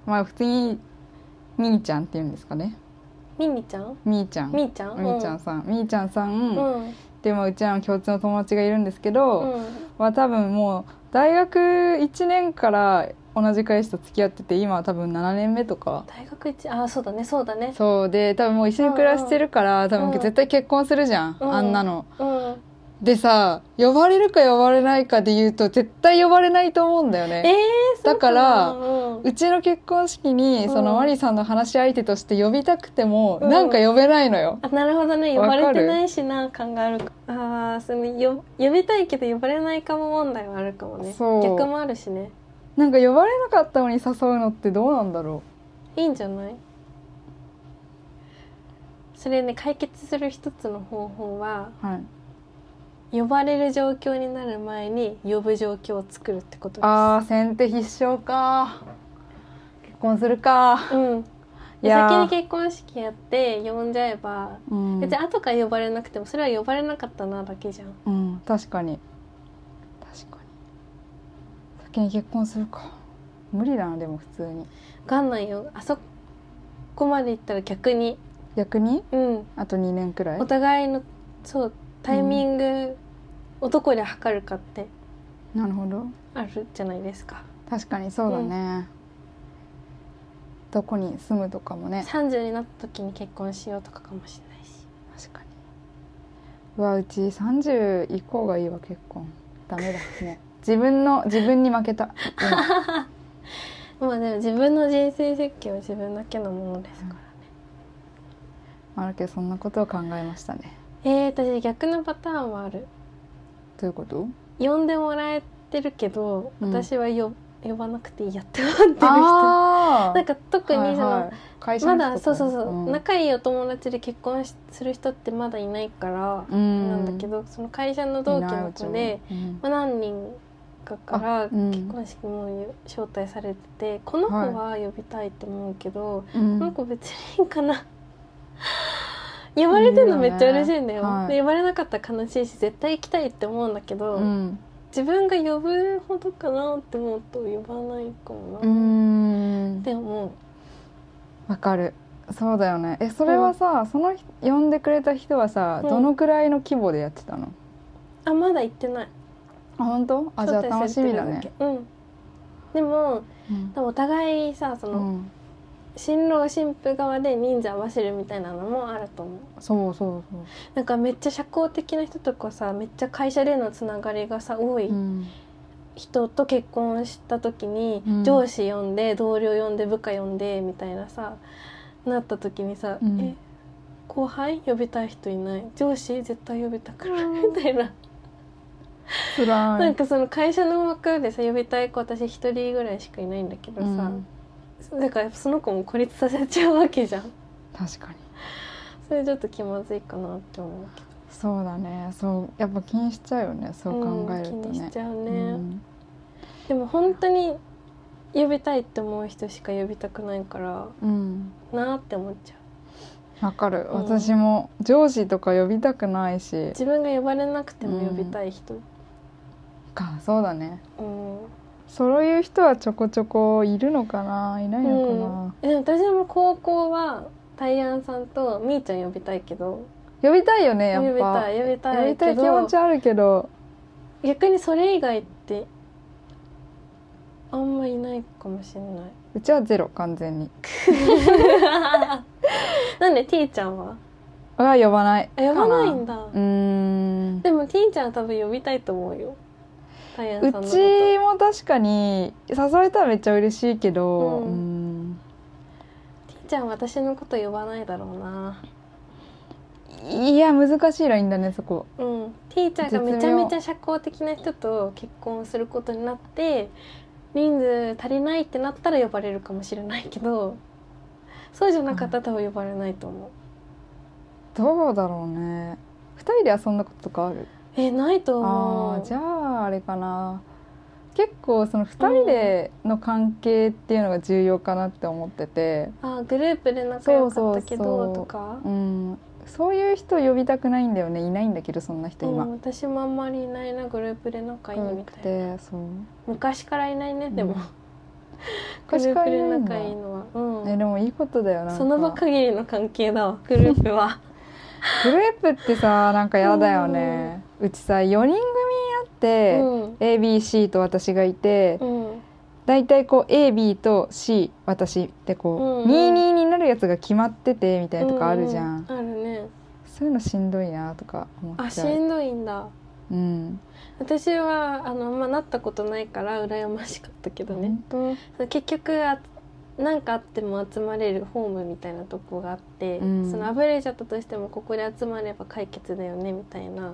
Speaker 2: まあ普通にみーちゃんって言うんですかね
Speaker 1: ミニちゃん
Speaker 2: みーちゃん
Speaker 1: み
Speaker 2: み
Speaker 1: ーちゃん
Speaker 2: ーちゃんさんみーちゃんさ、
Speaker 1: うんん
Speaker 2: でもうちらの共通の友達がいるんですけど、
Speaker 1: うん
Speaker 2: は多分もう大学1年から同じ彼氏と付き合ってて今は多分7年目とか
Speaker 1: 大学一あそうだねそうだね
Speaker 2: そうで多分もう一緒に暮らしてるから、多
Speaker 1: うん
Speaker 2: 分絶対結婚するじゃん、
Speaker 1: うん
Speaker 2: あんなの。
Speaker 1: うん
Speaker 2: でさ呼ばれるか呼ばれないかで言うと絶対呼ばれないと思うんだよ
Speaker 1: えー
Speaker 2: ね。、
Speaker 1: そうな
Speaker 2: だから
Speaker 1: うん
Speaker 2: うちの結婚式に
Speaker 1: うん
Speaker 2: そのマリさんの話し相手として呼びたくても、
Speaker 1: うん
Speaker 2: なんか呼べないのよ。
Speaker 1: あなるほどね呼
Speaker 2: わ
Speaker 1: ば
Speaker 2: かる
Speaker 1: れてないしな感があるかああそのよ呼びたいけど呼ばれないかも問題はあるかもね
Speaker 2: そう
Speaker 1: 逆もあるしね
Speaker 2: なんか呼ばれなかったのに誘うのってどうなんだろ
Speaker 1: いいんじゃないそれね解決する一つの方法は
Speaker 2: う。はい。
Speaker 1: 呼ばれる状況になる前に呼ぶ状況を作るってことです
Speaker 2: あー先手必勝か。結婚するか。
Speaker 1: うん
Speaker 2: い
Speaker 1: で
Speaker 2: やー
Speaker 1: 先に結婚式やって呼んじゃえば
Speaker 2: うん
Speaker 1: 別に後から呼ばれなくてもそれは呼ばれなかったなだけじゃん
Speaker 2: うん確かに確かに先に結婚するか無理だなでも普通に
Speaker 1: 分かんないよあそこまで行ったら逆に
Speaker 2: 逆に
Speaker 1: うん
Speaker 2: あと2年くらい
Speaker 1: お互いのそうタイミングをどこで測るかって
Speaker 2: なるほど
Speaker 1: あるじゃないですか、
Speaker 2: 確かにそうだね、どこに住むとかもね
Speaker 1: 30になった時に結婚しようとかかもしれないし
Speaker 2: 確かにうわうち30以降がいいわ結婚ダメだもう自分の自分に負けた今
Speaker 1: まあでも自分の人生設計は自分だけのものですから、
Speaker 2: まあだけどそんなことを考えましたね
Speaker 1: えー、私逆のパターンはある
Speaker 2: どういうこと
Speaker 1: 呼んでもらえてるけど
Speaker 2: うん
Speaker 1: 私はよ、呼ばなくていいやって思ってる人な
Speaker 2: あー
Speaker 1: んか特にその、
Speaker 2: はいはい会社
Speaker 1: まだ
Speaker 2: の人とか
Speaker 1: そう
Speaker 2: ね
Speaker 1: そうそう、
Speaker 2: ん
Speaker 1: 仲いいお友達で結婚しする人ってまだいないから、
Speaker 2: うん
Speaker 1: なんだけどその会社の同期の子で
Speaker 2: いない、うちも
Speaker 1: まあ、何人かから
Speaker 2: あうん
Speaker 1: 結婚式も招待されてて、この子は呼びたいって思うけど、
Speaker 2: うん
Speaker 1: この子別にいいかな 呼ばれてるのめっちゃ嬉しいんだよ、
Speaker 2: いいよねはい
Speaker 1: で呼ばれなかったら悲しいし絶対行きたいって思うんだけど、
Speaker 2: うん
Speaker 1: 自分が呼ぶほどかなって思うと呼ばないかもな、
Speaker 2: うんうん
Speaker 1: でも
Speaker 2: わかるそうだよねえそれはさ、その人呼んでくれた人はさ、
Speaker 1: うん
Speaker 2: どのくらいの規模でやってたの
Speaker 1: あまだ行ってない
Speaker 2: あ本当あじゃあ
Speaker 1: 招
Speaker 2: 楽
Speaker 1: 待
Speaker 2: し
Speaker 1: され
Speaker 2: み
Speaker 1: てる
Speaker 2: だね
Speaker 1: けうんでも
Speaker 2: うん
Speaker 1: でもお互いさその、
Speaker 2: うん、
Speaker 1: 新郎新婦側で人数合わせるみたいなのもあると思う
Speaker 2: そうそうそう
Speaker 1: なんかめっちゃ社交的な人とかさめっちゃ会社でのつながりがさ多い
Speaker 2: うん
Speaker 1: 人と結婚した時に、
Speaker 2: うん
Speaker 1: 上司呼んで同僚呼んで部下呼んでみたいなさなった時にさ、
Speaker 2: うん
Speaker 1: え後輩呼びたい人いない上司絶対呼びたくないみたいな、
Speaker 2: つらい
Speaker 1: なんかその会社の枠でさ呼びたい子私一人ぐらいしかいないんだけど
Speaker 2: う
Speaker 1: さ、
Speaker 2: ん
Speaker 1: だからその子も孤立させちゃうわけじゃん
Speaker 2: 確かに
Speaker 1: それちょっと気まずいかなって思うけど
Speaker 2: そうだねそうやっぱ気にしちゃうよねそう考えると
Speaker 1: うん、気にし
Speaker 2: ね
Speaker 1: ちゃう
Speaker 2: う
Speaker 1: ね、
Speaker 2: ん
Speaker 1: でも本当に呼びたいって思う人しか呼びたくないから
Speaker 2: うん
Speaker 1: なーって思っちゃう
Speaker 2: わかる、
Speaker 1: うん
Speaker 2: 私も上司とか呼びたくないし
Speaker 1: 自分が呼ばれなくても呼びたい人
Speaker 2: かそうだね
Speaker 1: うん、
Speaker 2: そういう人はちょこちょこいるのかないないのかな、
Speaker 1: でも私も高校はタイアンさんとみーちゃん呼びたいけど
Speaker 2: 呼びたいよねやっ
Speaker 1: 呼び
Speaker 2: ぱ
Speaker 1: たい呼び
Speaker 2: や
Speaker 1: たい
Speaker 2: りた
Speaker 1: け
Speaker 2: い気持
Speaker 1: ど
Speaker 2: ちあるけど
Speaker 1: 逆にそれ以外ってあんまいないかもしれないう
Speaker 2: ちはゼロ完全に
Speaker 1: なんで T ちゃんは
Speaker 2: は呼ばない
Speaker 1: あ呼ばないん
Speaker 2: だ
Speaker 1: だ
Speaker 2: うーん
Speaker 1: でも T ちゃんは多分呼びたいと思うよタイアンさんの
Speaker 2: う
Speaker 1: こと
Speaker 2: ちも確かに誘えたらめっちゃ嬉しいけど、
Speaker 1: う
Speaker 2: うんーん、
Speaker 1: T ちゃんは私のこと呼ばないだろうない
Speaker 2: や難しいラインだねそこ
Speaker 1: うん、ティーチャーがめちゃめちゃ社交的な人と結婚することになって人数足りないってなったら呼ばれるかもしれないけどそうじゃなかったら多分呼ばれないと思う。
Speaker 2: どうだろうね2人で遊んだこととかある
Speaker 1: えないと思
Speaker 2: あ
Speaker 1: う。
Speaker 2: ーじゃああれかな結構その2人での関係っていうのが重要かなって思ってて、
Speaker 1: あグループで仲良かったけど
Speaker 2: そうそうそう
Speaker 1: とか、
Speaker 2: うん、そういう人呼びたくないんだよねいないんだけどそんな人
Speaker 1: うん、
Speaker 2: 今、
Speaker 1: 私もあんまりいないなグループで仲いいみ
Speaker 2: よく
Speaker 1: たいな
Speaker 2: てそう
Speaker 1: 昔からいないねでも、
Speaker 2: うん
Speaker 1: グループで
Speaker 2: んだ
Speaker 1: 仲いいのは、う
Speaker 2: え
Speaker 1: ん、
Speaker 2: でもいいことだよな
Speaker 1: その場
Speaker 2: グ
Speaker 1: 限りの関係だわグループ は。
Speaker 2: ループってさなんかやだよねうちさ4人組あって、
Speaker 1: うん、
Speaker 2: ABC と私がいて、
Speaker 1: うん
Speaker 2: だいたいこう AB と C 私って
Speaker 1: うん
Speaker 2: こ
Speaker 1: うん
Speaker 2: う、22になるやつが決まっててみたいなとかあるじゃ
Speaker 1: う
Speaker 2: ん、
Speaker 1: うあるね
Speaker 2: そういうのしんどいなとか思っ
Speaker 1: あ
Speaker 2: ち
Speaker 1: し
Speaker 2: ゃうん
Speaker 1: どいんだ
Speaker 2: うん
Speaker 1: 私はあのあんまなったことないから羨ましかったけどね、
Speaker 2: 本当
Speaker 1: 結局あなんかあっても集まれるホームみたいなとこがあって、
Speaker 2: うん
Speaker 1: そのあぶれちゃったとしてもここで集まれば解決だよねみたいな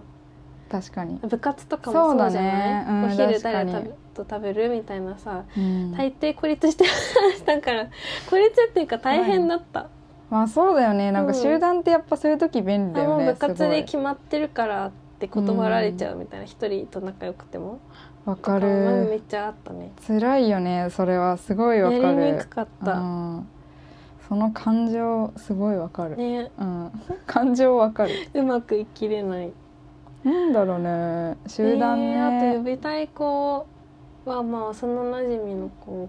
Speaker 2: 確かに、
Speaker 1: 部活とかもそうじゃない、
Speaker 2: そうだねうん
Speaker 1: お昼誰
Speaker 2: 確
Speaker 1: 食
Speaker 2: かに
Speaker 1: べと食べるみたいなさ
Speaker 2: うん
Speaker 1: 大抵孤立してしたから孤立っていうか大変だった、
Speaker 2: まあそうだよねなんか集団ってやっぱそういう時便利だ
Speaker 1: あ
Speaker 2: よ
Speaker 1: もう
Speaker 2: ね、
Speaker 1: 部
Speaker 2: す
Speaker 1: 活
Speaker 2: ご
Speaker 1: で
Speaker 2: い
Speaker 1: 決まってるからって断られちゃうみたいな一、人と仲良くても
Speaker 2: わか
Speaker 1: うんめ
Speaker 2: る
Speaker 1: っちゃあったね
Speaker 2: 辛いよねそれはすごいわかる
Speaker 1: やりにくかっ
Speaker 2: う
Speaker 1: た、
Speaker 2: ん、その感情すごいわかる、
Speaker 1: ね
Speaker 2: うん、 感情わかる
Speaker 1: うまくいきれない
Speaker 2: なんだろうね集団ね、
Speaker 1: えーあと呼びたい子はまあ幼なじみの子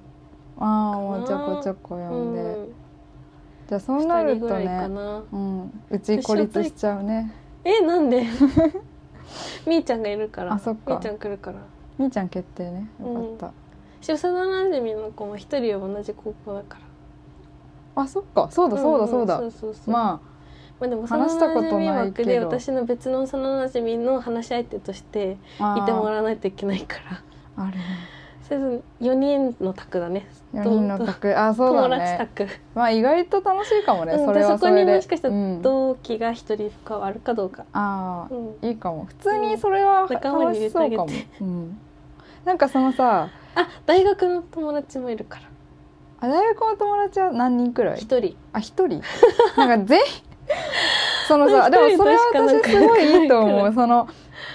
Speaker 2: ああもうちょこちょこ呼んで、
Speaker 1: うん
Speaker 2: じゃあそうな
Speaker 1: 2
Speaker 2: る
Speaker 1: 人ぐ
Speaker 2: と
Speaker 1: らいか
Speaker 2: ね
Speaker 1: な
Speaker 2: うん、うち孤立しちゃうね
Speaker 1: えなん でみーちゃんがいるから
Speaker 2: あそっか
Speaker 1: みーちゃん来るから
Speaker 2: みーちゃん決定ねよかった、
Speaker 1: 幼なじみの子も一人は同じ高校だから
Speaker 2: あそっかそうだそうだそうだ、
Speaker 1: んんそうそうそうまあ、
Speaker 2: ま
Speaker 1: でも
Speaker 2: 話したことないけど
Speaker 1: 幼馴染枠で私の別の幼なじみの話し相手としてい
Speaker 2: ああー
Speaker 1: てもらわないといけない から
Speaker 2: あるね
Speaker 1: それぞれ4人の卓だね
Speaker 2: 4人の宅あそうだ
Speaker 1: 友達
Speaker 2: ね
Speaker 1: 宅
Speaker 2: まあ意外と楽しいかもね、
Speaker 1: うん
Speaker 2: それは
Speaker 1: でそ
Speaker 2: そ
Speaker 1: こ
Speaker 2: れ
Speaker 1: に
Speaker 2: で
Speaker 1: もしかした
Speaker 2: う
Speaker 1: ら
Speaker 2: ん
Speaker 1: 同期が一人加わるかどうか、
Speaker 2: あ
Speaker 1: う
Speaker 2: あ、
Speaker 1: ん
Speaker 2: いいかも普通にそれは
Speaker 1: ん仲間
Speaker 2: 楽
Speaker 1: に入
Speaker 2: し
Speaker 1: れて
Speaker 2: そ
Speaker 1: あ
Speaker 2: う
Speaker 1: げ
Speaker 2: か
Speaker 1: て
Speaker 2: も、うん、なんかそのさ
Speaker 1: あ大学の友達もいるか
Speaker 2: あ大学の友達は何人くら
Speaker 1: ら
Speaker 2: い
Speaker 1: 一人
Speaker 2: あ一人 なんか全員 そのさでも
Speaker 1: 一人
Speaker 2: それは
Speaker 1: 確か
Speaker 2: 私
Speaker 1: なん
Speaker 2: す
Speaker 1: か
Speaker 2: ごいいいと
Speaker 1: 仲良く
Speaker 2: 思
Speaker 1: な
Speaker 2: うその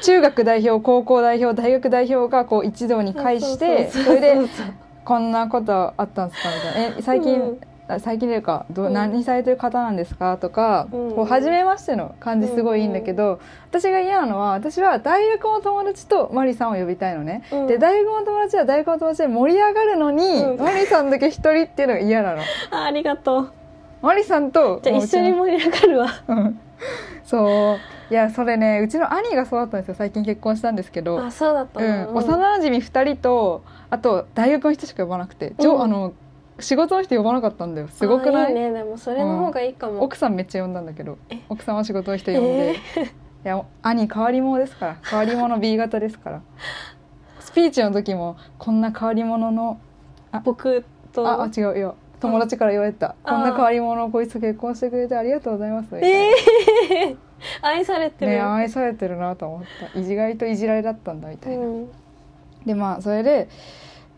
Speaker 2: 中学代表高校代表大学代表がこう一堂に会してそれで
Speaker 1: そうそう
Speaker 2: こんなことあったんですかみたいなえ最
Speaker 1: う
Speaker 2: 近
Speaker 1: ん
Speaker 2: あ最近というかど、う
Speaker 1: うん
Speaker 2: 何されてる方なんですかとか、
Speaker 1: うん
Speaker 2: こう初めましての感じすごいいいんだけど、私が嫌なのは私は大学の友達とマリさんを呼びたいのね、
Speaker 1: うん
Speaker 2: で大学の友達は大学の友達で盛り上がるのに、
Speaker 1: うん
Speaker 2: マリさんだけ一人っていうのが嫌なの
Speaker 1: あありがとう
Speaker 2: マリさんと
Speaker 1: じゃあ
Speaker 2: もうう
Speaker 1: 一
Speaker 2: ち
Speaker 1: 緒
Speaker 2: の
Speaker 1: に盛り上がるわ
Speaker 2: うんそういやそれねうちの兄がそうだったんですよ最近結婚したんですけど
Speaker 1: あそうだった
Speaker 2: うん
Speaker 1: な、
Speaker 2: 幼なじみ2人とあと大学の人しか呼ばなくて、ちょ
Speaker 1: うん
Speaker 2: あの仕事の人呼ばなかったんだよすごくな
Speaker 1: あ
Speaker 2: い
Speaker 1: いねでもそれの方がいいかも、
Speaker 2: 奥さんめっちゃ呼んだんだけど
Speaker 1: え
Speaker 2: 奥さんは仕事の人呼んで、いや兄変わり者ですから変わり者 B 型ですからスピーチの時もこんな変わり者の
Speaker 1: 僕と
Speaker 2: ああ違うよ友達から言われた
Speaker 1: あ
Speaker 2: こんな変わり者こいつと結婚してくれてありがとうございますみたいな
Speaker 1: ええ 愛されてる
Speaker 2: ね愛されてるなと思ったいじらいといじられだったんだみたいな、
Speaker 1: うん
Speaker 2: でまあそれで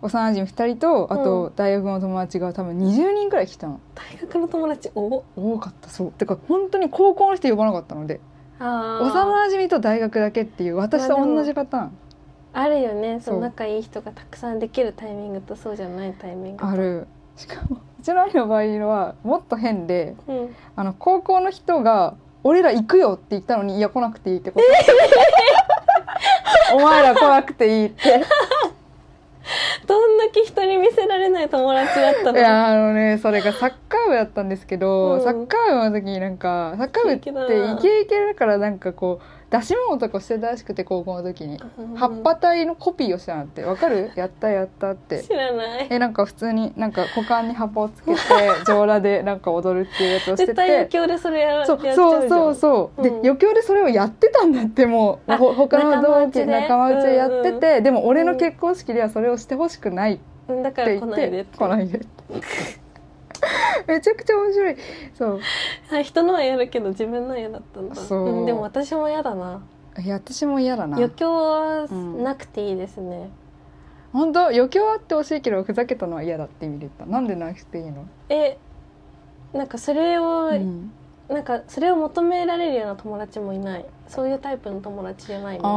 Speaker 2: 幼馴染2人とあ
Speaker 1: う
Speaker 2: と大学の友達が多分20人くらい来たの
Speaker 1: 大学の友達お
Speaker 2: 多かったそうてか本当に高校の人呼ばなかったので
Speaker 1: あー
Speaker 2: 幼馴染と大学だけっていう私と
Speaker 1: まあでも
Speaker 2: 同じパターン
Speaker 1: あるよねそ
Speaker 2: そう
Speaker 1: の仲いい人がたくさんできるタイミングとそうじゃないタイミング
Speaker 2: あるしかもうちの兄の場合はもっと変で
Speaker 1: うん
Speaker 2: あの高校の人が「俺ら行くよ」って言ったのに「いや来なくていい」って こと「お前ら来なくていい」って
Speaker 1: どんだけ人に見せられない友達だった
Speaker 2: い
Speaker 1: の
Speaker 2: やあのねそれがサッカー部だったんですけど、
Speaker 1: うん
Speaker 2: サッカー部の時になんかサッカー部っ
Speaker 1: イ
Speaker 2: て
Speaker 1: ケイケだな
Speaker 2: イケイケだからなんかこう出し物とかしてたらしくて高校の時に、
Speaker 1: うん
Speaker 2: 葉っぱ体のコピーをしたなってわかるやったやったっ て
Speaker 1: 知らない
Speaker 2: えなんか普通になんか股間に葉っぱを つけて上裸でなんか踊るっていうやつをして
Speaker 1: 絶対余
Speaker 2: て。
Speaker 1: 興でそれやら
Speaker 2: そう
Speaker 1: やっちゃ
Speaker 2: そう
Speaker 1: じゃん
Speaker 2: そうそう、で
Speaker 1: うん
Speaker 2: 余興でそれをやってたんだってもう
Speaker 1: あ
Speaker 2: ほ他の同期
Speaker 1: 仲
Speaker 2: 仲
Speaker 1: 間
Speaker 2: 間
Speaker 1: 内
Speaker 2: 内
Speaker 1: で
Speaker 2: でやってて、でも俺
Speaker 1: う
Speaker 2: の
Speaker 1: ん
Speaker 2: 結婚式ではそれをしてほしくない
Speaker 1: うんだ
Speaker 2: っ
Speaker 1: か
Speaker 2: て
Speaker 1: ら来
Speaker 2: 言っ
Speaker 1: ないで
Speaker 2: て
Speaker 1: って
Speaker 2: 来ないでめちゃくちゃ面白いそう
Speaker 1: あ人のはやるけど自分のは嫌だったんだ
Speaker 2: そう
Speaker 1: うんでも私も嫌だない
Speaker 2: や私も嫌だな
Speaker 1: 余興は
Speaker 2: うん
Speaker 1: なくていいですね、
Speaker 2: 本当余興あってほしいけどふざけたのは嫌だって意味で言ったなんでなくていいの、
Speaker 1: えなんかそれを、
Speaker 2: うん
Speaker 1: なんかそれを求められるような友達もいないそういうタイプの友達じゃないみんな
Speaker 2: あ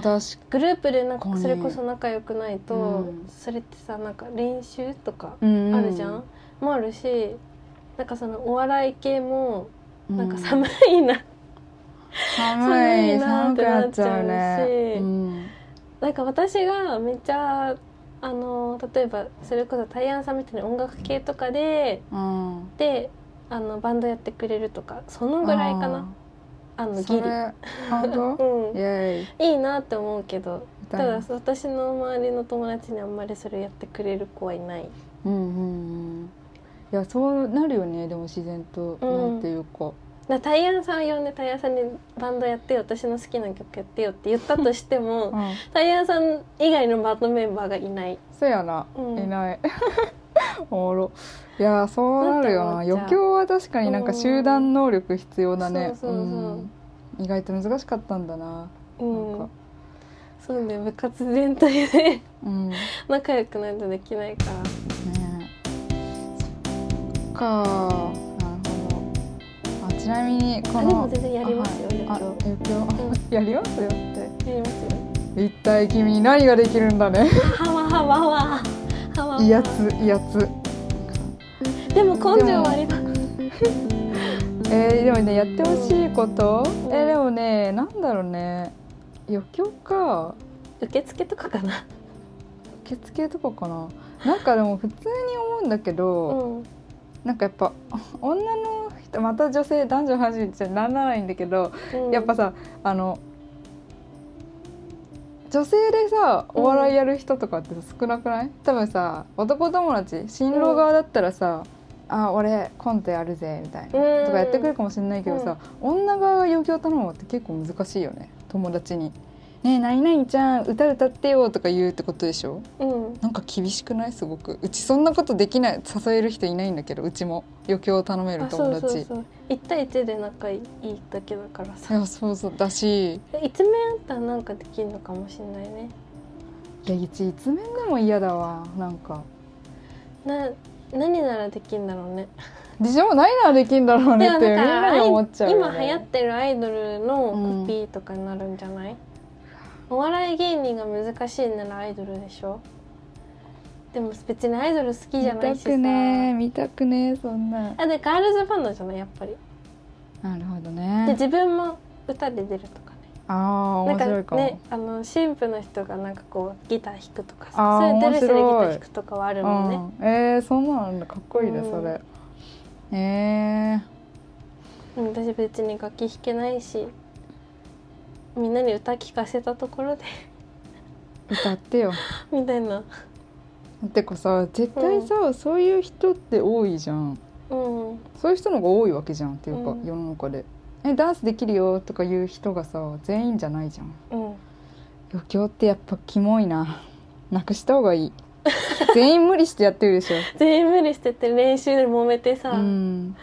Speaker 2: ー確
Speaker 1: グ
Speaker 2: か
Speaker 1: ループでなん
Speaker 2: ここ
Speaker 1: か
Speaker 2: に
Speaker 1: それこそ仲良くないと、
Speaker 2: うん
Speaker 1: それってさなんか練習とか
Speaker 2: に
Speaker 1: あるじゃん、、もあるしなんかそのお笑い系も
Speaker 2: う
Speaker 1: なんか
Speaker 2: 寒
Speaker 1: 寒いな、
Speaker 2: 寒い
Speaker 1: 寒いなーっ
Speaker 2: 寒く
Speaker 1: て
Speaker 2: な
Speaker 1: なっ
Speaker 2: っ
Speaker 1: ち
Speaker 2: ち
Speaker 1: ゃ
Speaker 2: ゃ
Speaker 1: う
Speaker 2: う
Speaker 1: し
Speaker 2: ね、うん
Speaker 1: なんか私がめっちゃあの例えばそれこそタイアンさんみたいな音楽系とかで
Speaker 2: うん、
Speaker 1: であのバンドやってくれるとかそのぐらいかなあ
Speaker 2: あ
Speaker 1: の
Speaker 2: ー
Speaker 1: ギ
Speaker 2: そ
Speaker 1: リ、
Speaker 2: れ本当
Speaker 1: う
Speaker 2: イエーイ
Speaker 1: ん、いいなって思うけどた
Speaker 2: い
Speaker 1: だ
Speaker 2: な
Speaker 1: 私の周りの友達にあんまりそれやってくれる子はいない
Speaker 2: うんうんうんいやそうなるよねでも自然と、
Speaker 1: うん
Speaker 2: なんていうか
Speaker 1: なタイヤンさんを呼んでタイヤンさんにバンドやってよ私の好きな曲やってよって言ったとしてもタイヤンさん以外のバンドメンバーがいない
Speaker 2: そうやな、
Speaker 1: うん
Speaker 2: いない おもろいやーそうなるよな
Speaker 1: なんて思っちゃう
Speaker 2: 余興は確かになんか集団能力必要だね
Speaker 1: そうそうそうん
Speaker 2: 意外と難しかったんだな
Speaker 1: う
Speaker 2: なん
Speaker 1: ん
Speaker 2: か
Speaker 1: そうね部活全体で
Speaker 2: うんね
Speaker 1: 仲良くないとできないから
Speaker 2: そっかなるほどあちなみにこ
Speaker 1: あでも
Speaker 2: の
Speaker 1: 全然やりますよ
Speaker 2: あ、はい、
Speaker 1: よ
Speaker 2: あ余興あ やりますよって
Speaker 1: くやりますよ
Speaker 2: 一体君何ができるんだね
Speaker 1: はわはわははわ
Speaker 2: いいやついいやつ
Speaker 1: でも根性はありだ
Speaker 2: えー、でもねやってほしいこと、
Speaker 1: ん
Speaker 2: えーでもねなんだろうね余興か
Speaker 1: 受付とかかな
Speaker 2: 受付とかかななんかでも普通に思うんだけ
Speaker 1: う
Speaker 2: ど、
Speaker 1: ん
Speaker 2: なんかやっぱ女の人また女性男女の話じゃなんならないんだけど、
Speaker 1: うん
Speaker 2: やっぱさあの女性でさお笑いやる人とかって少なくない、多分さ男友達新郎側だったらさ「あ俺コントやるぜ」みたいな
Speaker 1: う、ん
Speaker 2: とかやってくるかもしれないけどさ、女側が余興頼むのって結構難しいよね友達に「ねえ何々ちゃん歌歌ってよ」とか言うってことでしょ
Speaker 1: うん
Speaker 2: なんか厳しくないすごくうちそんなことできない誘える人いないんだけどうちも余興を頼める
Speaker 1: あそ
Speaker 2: 友
Speaker 1: うそう
Speaker 2: 達
Speaker 1: そう一対一で仲いいだけだからさ
Speaker 2: いやそうそうだし
Speaker 1: 一面あったらなんかできるのかもしれないね
Speaker 2: いやうち一面でも嫌だわなんか
Speaker 1: な何ならできるんだろうね
Speaker 2: でしょ何ならできんだろうね
Speaker 1: でも
Speaker 2: ってみん
Speaker 1: なんか
Speaker 2: なが思っちゃうよ
Speaker 1: 今
Speaker 2: ね、
Speaker 1: 流行ってるアイドルのコピーとかになるんじゃない、お笑い芸人が難しいならアイドルでしょでも別にアイドル好きじゃない
Speaker 2: 見
Speaker 1: した
Speaker 2: くね見たくねそんな
Speaker 1: あでガールズバンドじゃないやっぱり
Speaker 2: なるほど
Speaker 1: で
Speaker 2: ね
Speaker 1: 自分も歌で出るとかね
Speaker 2: ああ面白いかも
Speaker 1: なんかねあの神父の人がなんかこうギター弾くとか
Speaker 2: あ
Speaker 1: さ
Speaker 2: ー
Speaker 1: そういうドレスでギタ
Speaker 2: 面
Speaker 1: ー
Speaker 2: 白い
Speaker 1: 弾くとかはあるもんね、
Speaker 2: うん、えー、そんなのあるんだかっこいいね、
Speaker 1: うん
Speaker 2: それえ
Speaker 1: うん、私別に楽器弾けないしみんなに歌聞かせたところで
Speaker 2: ー、歌ってよ
Speaker 1: みたいな
Speaker 2: てかさ絶対さ、そういう人って多いじゃん
Speaker 1: うん
Speaker 2: そういう人の方が多いわけじゃんっていうか、
Speaker 1: うん
Speaker 2: 世の中でえダンスできるよとか言う人がさ全員じゃないじゃん
Speaker 1: うん
Speaker 2: 余興ってやっぱキモいななくした方が いい全員無理してやってるでしょ
Speaker 1: 全員無理してて練習で揉めてさ、
Speaker 2: うん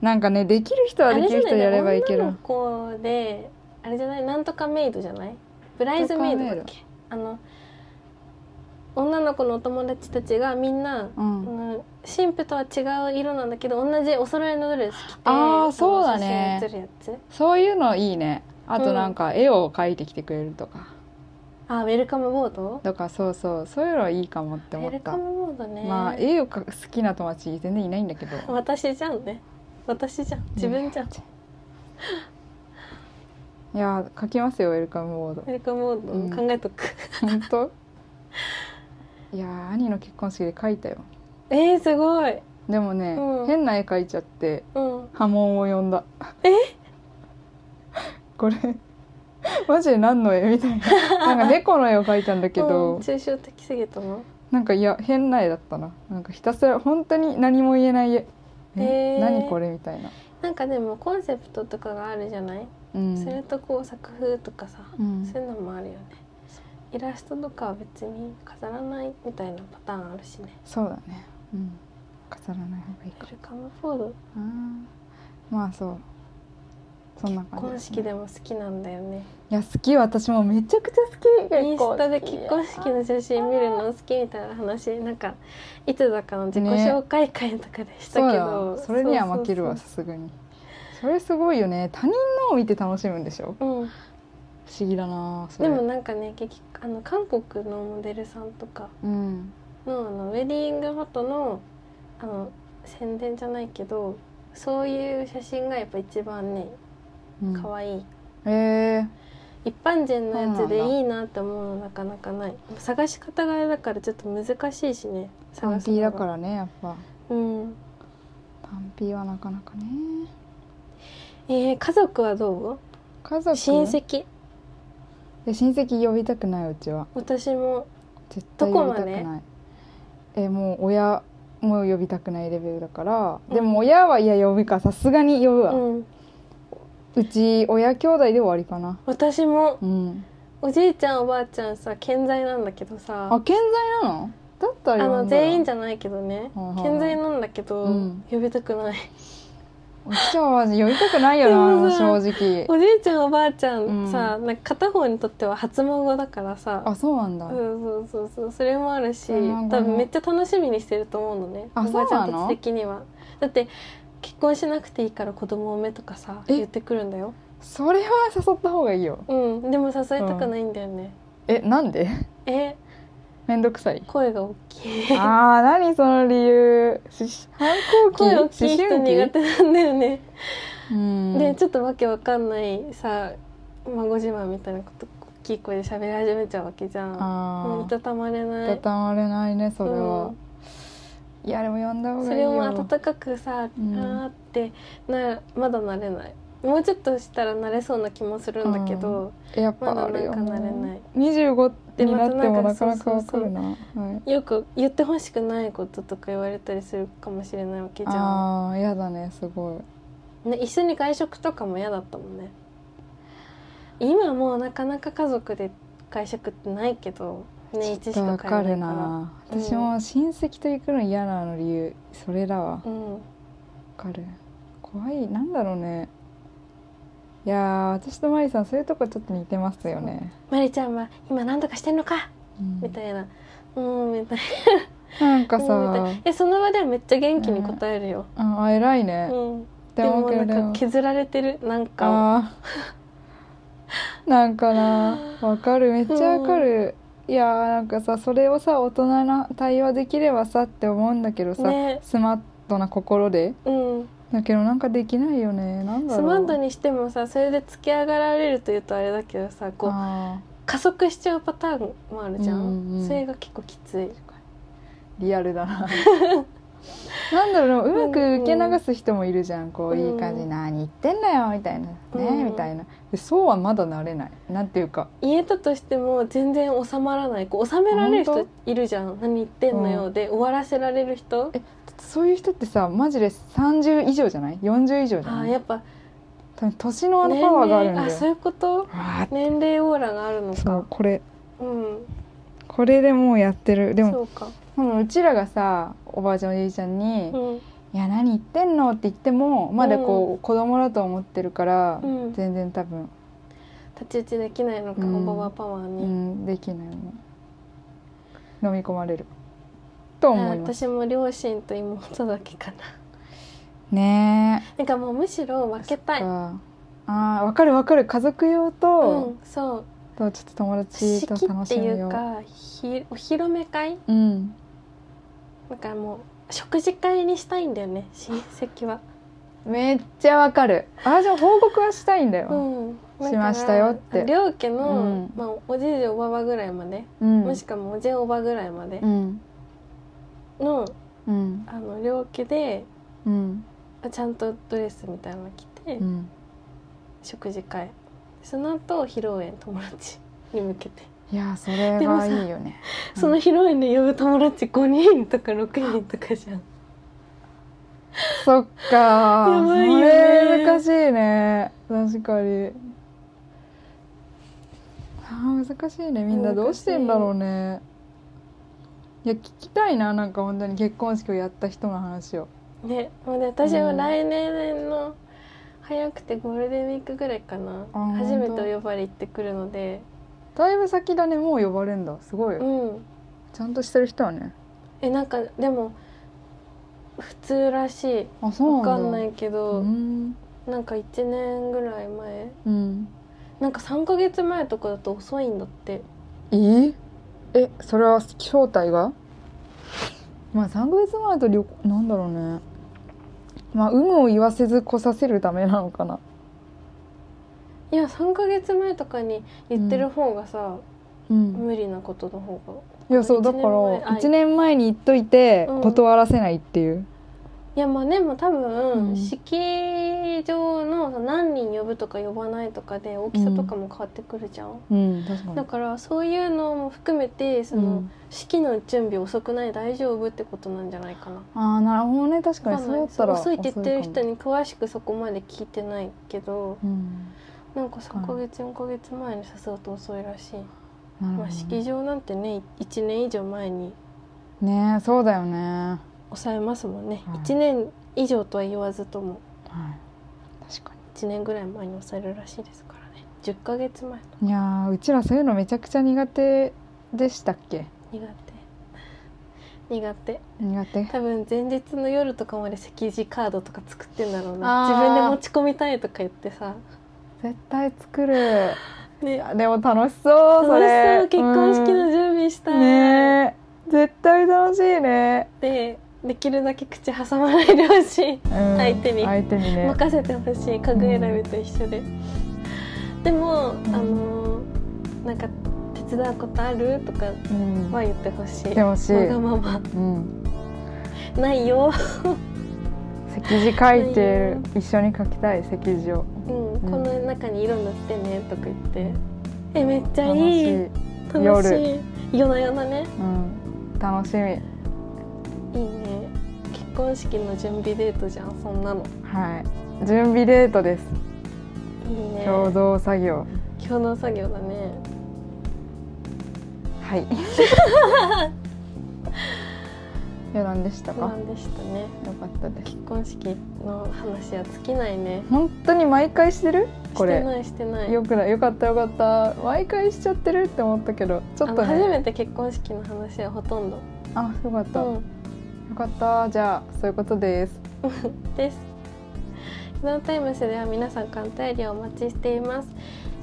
Speaker 2: なんかねできる人は
Speaker 1: あ
Speaker 2: で
Speaker 1: れ
Speaker 2: き
Speaker 1: じゃ
Speaker 2: る
Speaker 1: ない
Speaker 2: 人でやればいいけ
Speaker 1: 女
Speaker 2: ど
Speaker 1: の子であれじゃないなんとかメイドじゃないブライズメイドだっけあの女の子のお友達たちがみんな、
Speaker 2: うん
Speaker 1: うん神父とは違う色なんだけど同じお揃いのドレス着て
Speaker 2: あー
Speaker 1: の
Speaker 2: そうだね
Speaker 1: 写真写るやつ
Speaker 2: そういうのいいねあとなんか絵を描いてきてくれるとか、
Speaker 1: あーウェルカムボード
Speaker 2: とかそうそうそういうのいいかもって
Speaker 1: ウ
Speaker 2: 思
Speaker 1: ェ
Speaker 2: っ
Speaker 1: ル
Speaker 2: た
Speaker 1: カムボードね、
Speaker 2: まあ絵を描く好きな友達全然いないんだけど
Speaker 1: 私じゃんね私じゃん 自分じゃん、
Speaker 2: いやー描きますよウェルカムボード
Speaker 1: ウェルカムボード考えとく、
Speaker 2: 本当いやー兄の結婚式で描いたよ
Speaker 1: えー、すごい
Speaker 2: でもね、
Speaker 1: うん
Speaker 2: 変な絵描いちゃって
Speaker 1: うん
Speaker 2: 波紋を呼んだえこれマジで何の絵みたいななんか猫の絵を描いたんだけ
Speaker 1: う
Speaker 2: ど、
Speaker 1: ん抽象的すぎたな
Speaker 2: なんかいや変な絵だったななんかひたすら本当に何も言えない絵え
Speaker 1: へー
Speaker 2: 何これみたいな
Speaker 1: なんかでもコンセプトとかがあるじゃない、
Speaker 2: うん
Speaker 1: それとこう作風とかさ、
Speaker 2: うん
Speaker 1: そういうのもあるよねイラストとかは別に飾らないみたいなパターンあるしね
Speaker 2: そうだねうん飾らない方がい
Speaker 1: ウ
Speaker 2: いか
Speaker 1: ェルカムフォード
Speaker 2: なまあそうそんな感じ
Speaker 1: 婚
Speaker 2: です
Speaker 1: 式
Speaker 2: ね
Speaker 1: でも好きなんだよね
Speaker 2: いや好き私もめちゃくちゃ好き
Speaker 1: インスタで結婚式の写真見るの好きみたいな話なんかいつだかの自己紹介会とかでした
Speaker 2: そう
Speaker 1: け
Speaker 2: だ
Speaker 1: ど、
Speaker 2: わそれには負ける
Speaker 1: そ
Speaker 2: わ
Speaker 1: う
Speaker 2: さすがにそれすごいよね他人のを見て楽しむんでしょ
Speaker 1: そうそううん
Speaker 2: 不思議だなそ
Speaker 1: で
Speaker 2: れ
Speaker 1: もなんかね結局あの韓国のモデルさんとか
Speaker 2: うん
Speaker 1: のあのウェディングフォトのあの宣伝じゃないけどそういう写真がやっぱ一番ね
Speaker 2: うん
Speaker 1: 可愛い、
Speaker 2: え
Speaker 1: 一般人のやつで
Speaker 2: そうなんだ
Speaker 1: いいなって思うのなかなかない探し方があれだからちょっと難しいしね
Speaker 2: ー、パ
Speaker 1: 探
Speaker 2: ン
Speaker 1: す
Speaker 2: ピー
Speaker 1: のが
Speaker 2: だからねやっぱ
Speaker 1: うん
Speaker 2: パンピーはなかなかね
Speaker 1: えー、家族はど
Speaker 2: 家
Speaker 1: う
Speaker 2: 族
Speaker 1: 親戚
Speaker 2: え親戚呼びたくないうちは
Speaker 1: 私も
Speaker 2: 絶対呼びたくない、
Speaker 1: どこ
Speaker 2: えもう親も呼びたくないレベルだから、でも親はいや呼ぶかさすがに呼ぶわ、う
Speaker 1: うん
Speaker 2: ち親兄弟で終わりかな
Speaker 1: 私も
Speaker 2: うん
Speaker 1: おじいちゃんおばあちゃんさ健在なんだけどさ
Speaker 2: あ健在なのだったら
Speaker 1: あ
Speaker 2: 呼
Speaker 1: の
Speaker 2: んだら
Speaker 1: 全員じゃないけどね
Speaker 2: はいはいはい
Speaker 1: 健在なんだけど、
Speaker 2: うん
Speaker 1: 呼びたくない
Speaker 2: おじちゃんは呼びたくな いよな
Speaker 1: でも
Speaker 2: 正直
Speaker 1: おじいちゃんおばあちゃんさ、なんか片方にとっては初孫だからさ
Speaker 2: あそうなんだ、
Speaker 1: そうそうそうそうそれもあるし
Speaker 2: あなんか
Speaker 1: 多分めっちゃ楽しみにしてると思うのね
Speaker 2: あ
Speaker 1: おばあちゃ
Speaker 2: そ
Speaker 1: ん
Speaker 2: うな
Speaker 1: たち
Speaker 2: の
Speaker 1: 的にはだって結婚しなくていいから子供を産めとかさ
Speaker 2: え
Speaker 1: 言ってくるんだよ
Speaker 2: それは誘った方がいいよ
Speaker 1: うんでも誘いたくないんだよね、
Speaker 2: えなんで
Speaker 1: え
Speaker 2: めんどく さい
Speaker 1: 声が大きい
Speaker 2: あー何その理由し反抗期
Speaker 1: 声大きい人
Speaker 2: 思
Speaker 1: 苦
Speaker 2: 春期
Speaker 1: 手なんだよね、
Speaker 2: うん
Speaker 1: でちょっとわけわかんないさ孫自慢みたいなこと大きい声で喋り始めちゃうわけじゃんもうい
Speaker 2: あ
Speaker 1: たたまれ
Speaker 2: あ
Speaker 1: ない
Speaker 2: たたまれないねそれ
Speaker 1: う
Speaker 2: は
Speaker 1: ん、
Speaker 2: いやでも呼んだ方
Speaker 1: そ
Speaker 2: がいい
Speaker 1: れ
Speaker 2: よ
Speaker 1: を温かくさ、
Speaker 2: うん
Speaker 1: あーってなまだ慣れないもうちょっとしたら慣れそうな気もするんだけど、
Speaker 2: やっぱあるよ
Speaker 1: まだなんか慣れない
Speaker 2: 25にな
Speaker 1: でま
Speaker 2: ってもな
Speaker 1: た
Speaker 2: か
Speaker 1: なんか
Speaker 2: なかわかるなはい
Speaker 1: よく言ってほしくないこととか言われたりするかもしれないわけじゃ
Speaker 2: ああやだねすごい
Speaker 1: ん、ね、一緒に外食とかも嫌だったもんね今もうなかなか家族で外食ってないけど年一し
Speaker 2: ちょ
Speaker 1: か
Speaker 2: っ
Speaker 1: 通
Speaker 2: と
Speaker 1: えな
Speaker 2: わか
Speaker 1: いか
Speaker 2: るな、
Speaker 1: うん
Speaker 2: 私も親戚と行くの嫌なの理由それだわわ
Speaker 1: らうん
Speaker 2: かる怖いなんだろうねいやー私とマリさんそういうとこちょっと似てますよね、
Speaker 1: まりちゃんは今何とかしてんのか
Speaker 2: うん
Speaker 1: みたいなうんみたい
Speaker 2: なんか
Speaker 1: な
Speaker 2: さ、
Speaker 1: うんみたいなえその場ではめっちゃ元気に答えるよ、
Speaker 2: ああ偉いね、
Speaker 1: うん
Speaker 2: で
Speaker 1: で
Speaker 2: も
Speaker 1: も
Speaker 2: け
Speaker 1: な
Speaker 2: ど
Speaker 1: ん
Speaker 2: でも
Speaker 1: か削られてるなんか
Speaker 2: あーなんかなわかるめっちゃわかる、いやーなんかさそれをさ大人な対応できればさって思うんだけどさ、
Speaker 1: ね
Speaker 2: スマートな心で
Speaker 1: うん
Speaker 2: だけどなんかできないよねなんだ
Speaker 1: ス
Speaker 2: ろう
Speaker 1: マンドにしてもさそれで突き上がられるというとあれだけどさこう
Speaker 2: あ
Speaker 1: 加速しちゃうパターンもあるじゃん、
Speaker 2: うんうん
Speaker 1: それが結構きつい
Speaker 2: ーリアルだな なんだろううまく受け流す人もいるじゃんこういい感じ、
Speaker 1: うん
Speaker 2: 何言ってんだよみたいなね、
Speaker 1: うん
Speaker 2: みたいなでそうはまだなれないなんていうか
Speaker 1: 言えたとしても全然収まらないこう収められる人
Speaker 2: 本
Speaker 1: いるじゃん何言ってんのよ、
Speaker 2: う
Speaker 1: で終わらせられる人
Speaker 2: えそういう人ってさマジで30以上じゃない40以上じゃ
Speaker 1: あ
Speaker 2: な
Speaker 1: ー
Speaker 2: い
Speaker 1: やっぱ
Speaker 2: 多分年のあのパワーがあるんだよ、
Speaker 1: あそういうこと
Speaker 2: わ
Speaker 1: 年齢オーラがあるの
Speaker 2: ーそ
Speaker 1: か
Speaker 2: うこれ
Speaker 1: うん
Speaker 2: これでもうやってるでも
Speaker 1: そうか
Speaker 2: でもうちらがさおばあちゃんおじいちゃんに
Speaker 1: うん
Speaker 2: 「いや何言ってんの?」って言ってもまだこう、子供だと思ってるから、
Speaker 1: うん
Speaker 2: 全然多分、
Speaker 1: 太刀打ちできないのか、
Speaker 2: うん
Speaker 1: オババパワー
Speaker 2: う
Speaker 1: に、
Speaker 2: ん、できないね飲み込まれると思います
Speaker 1: 私も両親と妹だけかな
Speaker 2: ねえ
Speaker 1: なんかもうむしろ分けたい
Speaker 2: ああ分かる分かる家族用
Speaker 1: う
Speaker 2: と,、
Speaker 1: んそう
Speaker 2: とちょっと友達
Speaker 1: 式
Speaker 2: と
Speaker 1: っ
Speaker 2: 楽してむ
Speaker 1: いう
Speaker 2: よう
Speaker 1: かひお披露目会
Speaker 2: うん
Speaker 1: だからもう食事会にしたいんだよね親戚は
Speaker 2: めっちゃわかるあじゃあ報告はしたいんだ
Speaker 1: う
Speaker 2: よ、
Speaker 1: ん
Speaker 2: しましたよって
Speaker 1: だから両家の、
Speaker 2: うん
Speaker 1: まあ、おじいじおばばぐらいまで、
Speaker 2: うん
Speaker 1: もしくはもうおじいおばぐらいまで
Speaker 2: うん
Speaker 1: の,、
Speaker 2: うん
Speaker 1: あの両家で
Speaker 2: うん
Speaker 1: あちゃんとドレスみたいなの着て、
Speaker 2: うん
Speaker 1: 食事会その後披露宴友達に向けて、
Speaker 2: いやそれ
Speaker 1: でも
Speaker 2: が
Speaker 1: さ
Speaker 2: いいよねうん
Speaker 1: その披露宴で呼ぶ友達5人とか6人とかじゃん
Speaker 2: そっか
Speaker 1: やばいよね
Speaker 2: それ難しいね確かにあー難しいねみんな
Speaker 1: 難しい
Speaker 2: どうしてんだろうねいや聞きたいななんか本当に結婚式をやった人の話を
Speaker 1: ねもうね私は
Speaker 2: うん
Speaker 1: 来年の早くてゴールデンウィークぐらいかな
Speaker 2: あー
Speaker 1: 初めて
Speaker 2: 本当
Speaker 1: お呼ばれ行ってくるので
Speaker 2: だいぶ先だねもう呼ばれるんだすごい、
Speaker 1: うん
Speaker 2: ちゃんとしてる人はね
Speaker 1: えなんかでも普通らしい
Speaker 2: あそう
Speaker 1: わ
Speaker 2: なんだ
Speaker 1: かんないけど、
Speaker 2: うん
Speaker 1: なんか1年ぐらい前
Speaker 2: うん
Speaker 1: なんか3ヶ月前とかだと遅いんだって
Speaker 2: ええそれは正体がまあ3ヶ月前と旅行なんだろうねまあ有無を言わせず来させるためなのかない
Speaker 1: や3ヶ月前とかに言ってる方がさ、
Speaker 2: うん
Speaker 1: 無理なことの方が
Speaker 2: いやそう
Speaker 1: 一
Speaker 2: だ
Speaker 1: 年
Speaker 2: か
Speaker 1: 前
Speaker 2: ら
Speaker 1: あ
Speaker 2: 1年前に言っといて
Speaker 1: うん
Speaker 2: 断らせないっていう、
Speaker 1: いやまあでも多
Speaker 2: う
Speaker 1: 分、
Speaker 2: ん
Speaker 1: 式場のその何人呼ぶとか呼ばないとかで大きさとかも変わってくるじゃん、
Speaker 2: うん確か
Speaker 1: だからそういうのも含めてその、
Speaker 2: うん
Speaker 1: 式の準備遅くない大丈夫ってことなんじゃないかな
Speaker 2: ああなるほどね確かに
Speaker 1: わかん
Speaker 2: そ
Speaker 1: な
Speaker 2: う
Speaker 1: い
Speaker 2: やったら
Speaker 1: 遅いって言ってる人
Speaker 2: に、
Speaker 1: に詳しくそこまで聞いてないけど
Speaker 2: うん、
Speaker 1: なんか3ヶ月4ヶ月前に誘うと遅いらしい、
Speaker 2: なる
Speaker 1: まあ、
Speaker 2: ほ
Speaker 1: 式
Speaker 2: ど
Speaker 1: 場なんてね1年以上前に
Speaker 2: ねねそうだよね、は
Speaker 1: 抑えますもんね、
Speaker 2: はい
Speaker 1: 一1年以上とは言わずとも
Speaker 2: い、確か
Speaker 1: 1年ぐらい前に抑えるらしいですからね10ヶ月前
Speaker 2: にいやーうちらそういうのめちゃくちゃ苦手でしたっけ
Speaker 1: 苦手苦手
Speaker 2: 苦手
Speaker 1: 多分前日の夜とかまで席次カードとか作ってんだろうな
Speaker 2: あー
Speaker 1: 自分で持ち込みたいとか言ってさ
Speaker 2: 絶対作るい
Speaker 1: ね
Speaker 2: やでも楽しそうそ
Speaker 1: 楽し
Speaker 2: れ
Speaker 1: そう結婚式の準備し
Speaker 2: う
Speaker 1: た
Speaker 2: ん
Speaker 1: い、
Speaker 2: ねえ絶対楽しいね、
Speaker 1: でできるだけ口挟まない両親
Speaker 2: うん、
Speaker 1: 相手に
Speaker 2: 相手にね
Speaker 1: 任せてほしい家具選びと一緒ででも、
Speaker 2: ん
Speaker 1: あのーなんか手伝うことあるとか
Speaker 2: うん
Speaker 1: は言ってほしい
Speaker 2: 言ってほしい
Speaker 1: わがまま
Speaker 2: うん
Speaker 1: ないよ、
Speaker 2: 席字書いて
Speaker 1: う
Speaker 2: る一緒に書きたい席字を
Speaker 1: うん
Speaker 2: ん
Speaker 1: この中に色塗ってねとか言ってえめっちゃ
Speaker 2: 楽
Speaker 1: い
Speaker 2: し
Speaker 1: い
Speaker 2: い
Speaker 1: 楽しい
Speaker 2: 夜
Speaker 1: 夜な夜なね
Speaker 2: うん楽しみ
Speaker 1: いいね結婚式の準備デートじゃんそんなの
Speaker 2: はい準備デートです
Speaker 1: いいね
Speaker 2: 共同作業
Speaker 1: 共同作業だね
Speaker 2: はい余談でした
Speaker 1: 不
Speaker 2: か
Speaker 1: 安でしたね
Speaker 2: よかったです
Speaker 1: 結婚式の話は尽きないね
Speaker 2: 本当に毎回してる
Speaker 1: し
Speaker 2: これ
Speaker 1: てないしてない
Speaker 2: よくないよかったよかった毎回しちゃってるって思ったけどちょっと
Speaker 1: あの初
Speaker 2: ね
Speaker 1: めて結婚式の話はほとんど、
Speaker 2: あよかった、
Speaker 1: う
Speaker 2: よかったじゃあそういうことです
Speaker 1: ん、です四段タイムスでは皆さんからお便りをお待ちしています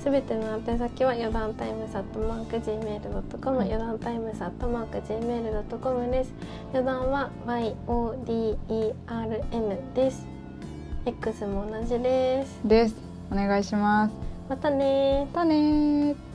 Speaker 1: すべての宛先は四段タイムスアットマーク Gmail.com 四段タイムスアットマーク Gmail.com です四段は YODERN です X も同じです
Speaker 2: ですお願いします
Speaker 1: またねー
Speaker 2: またねー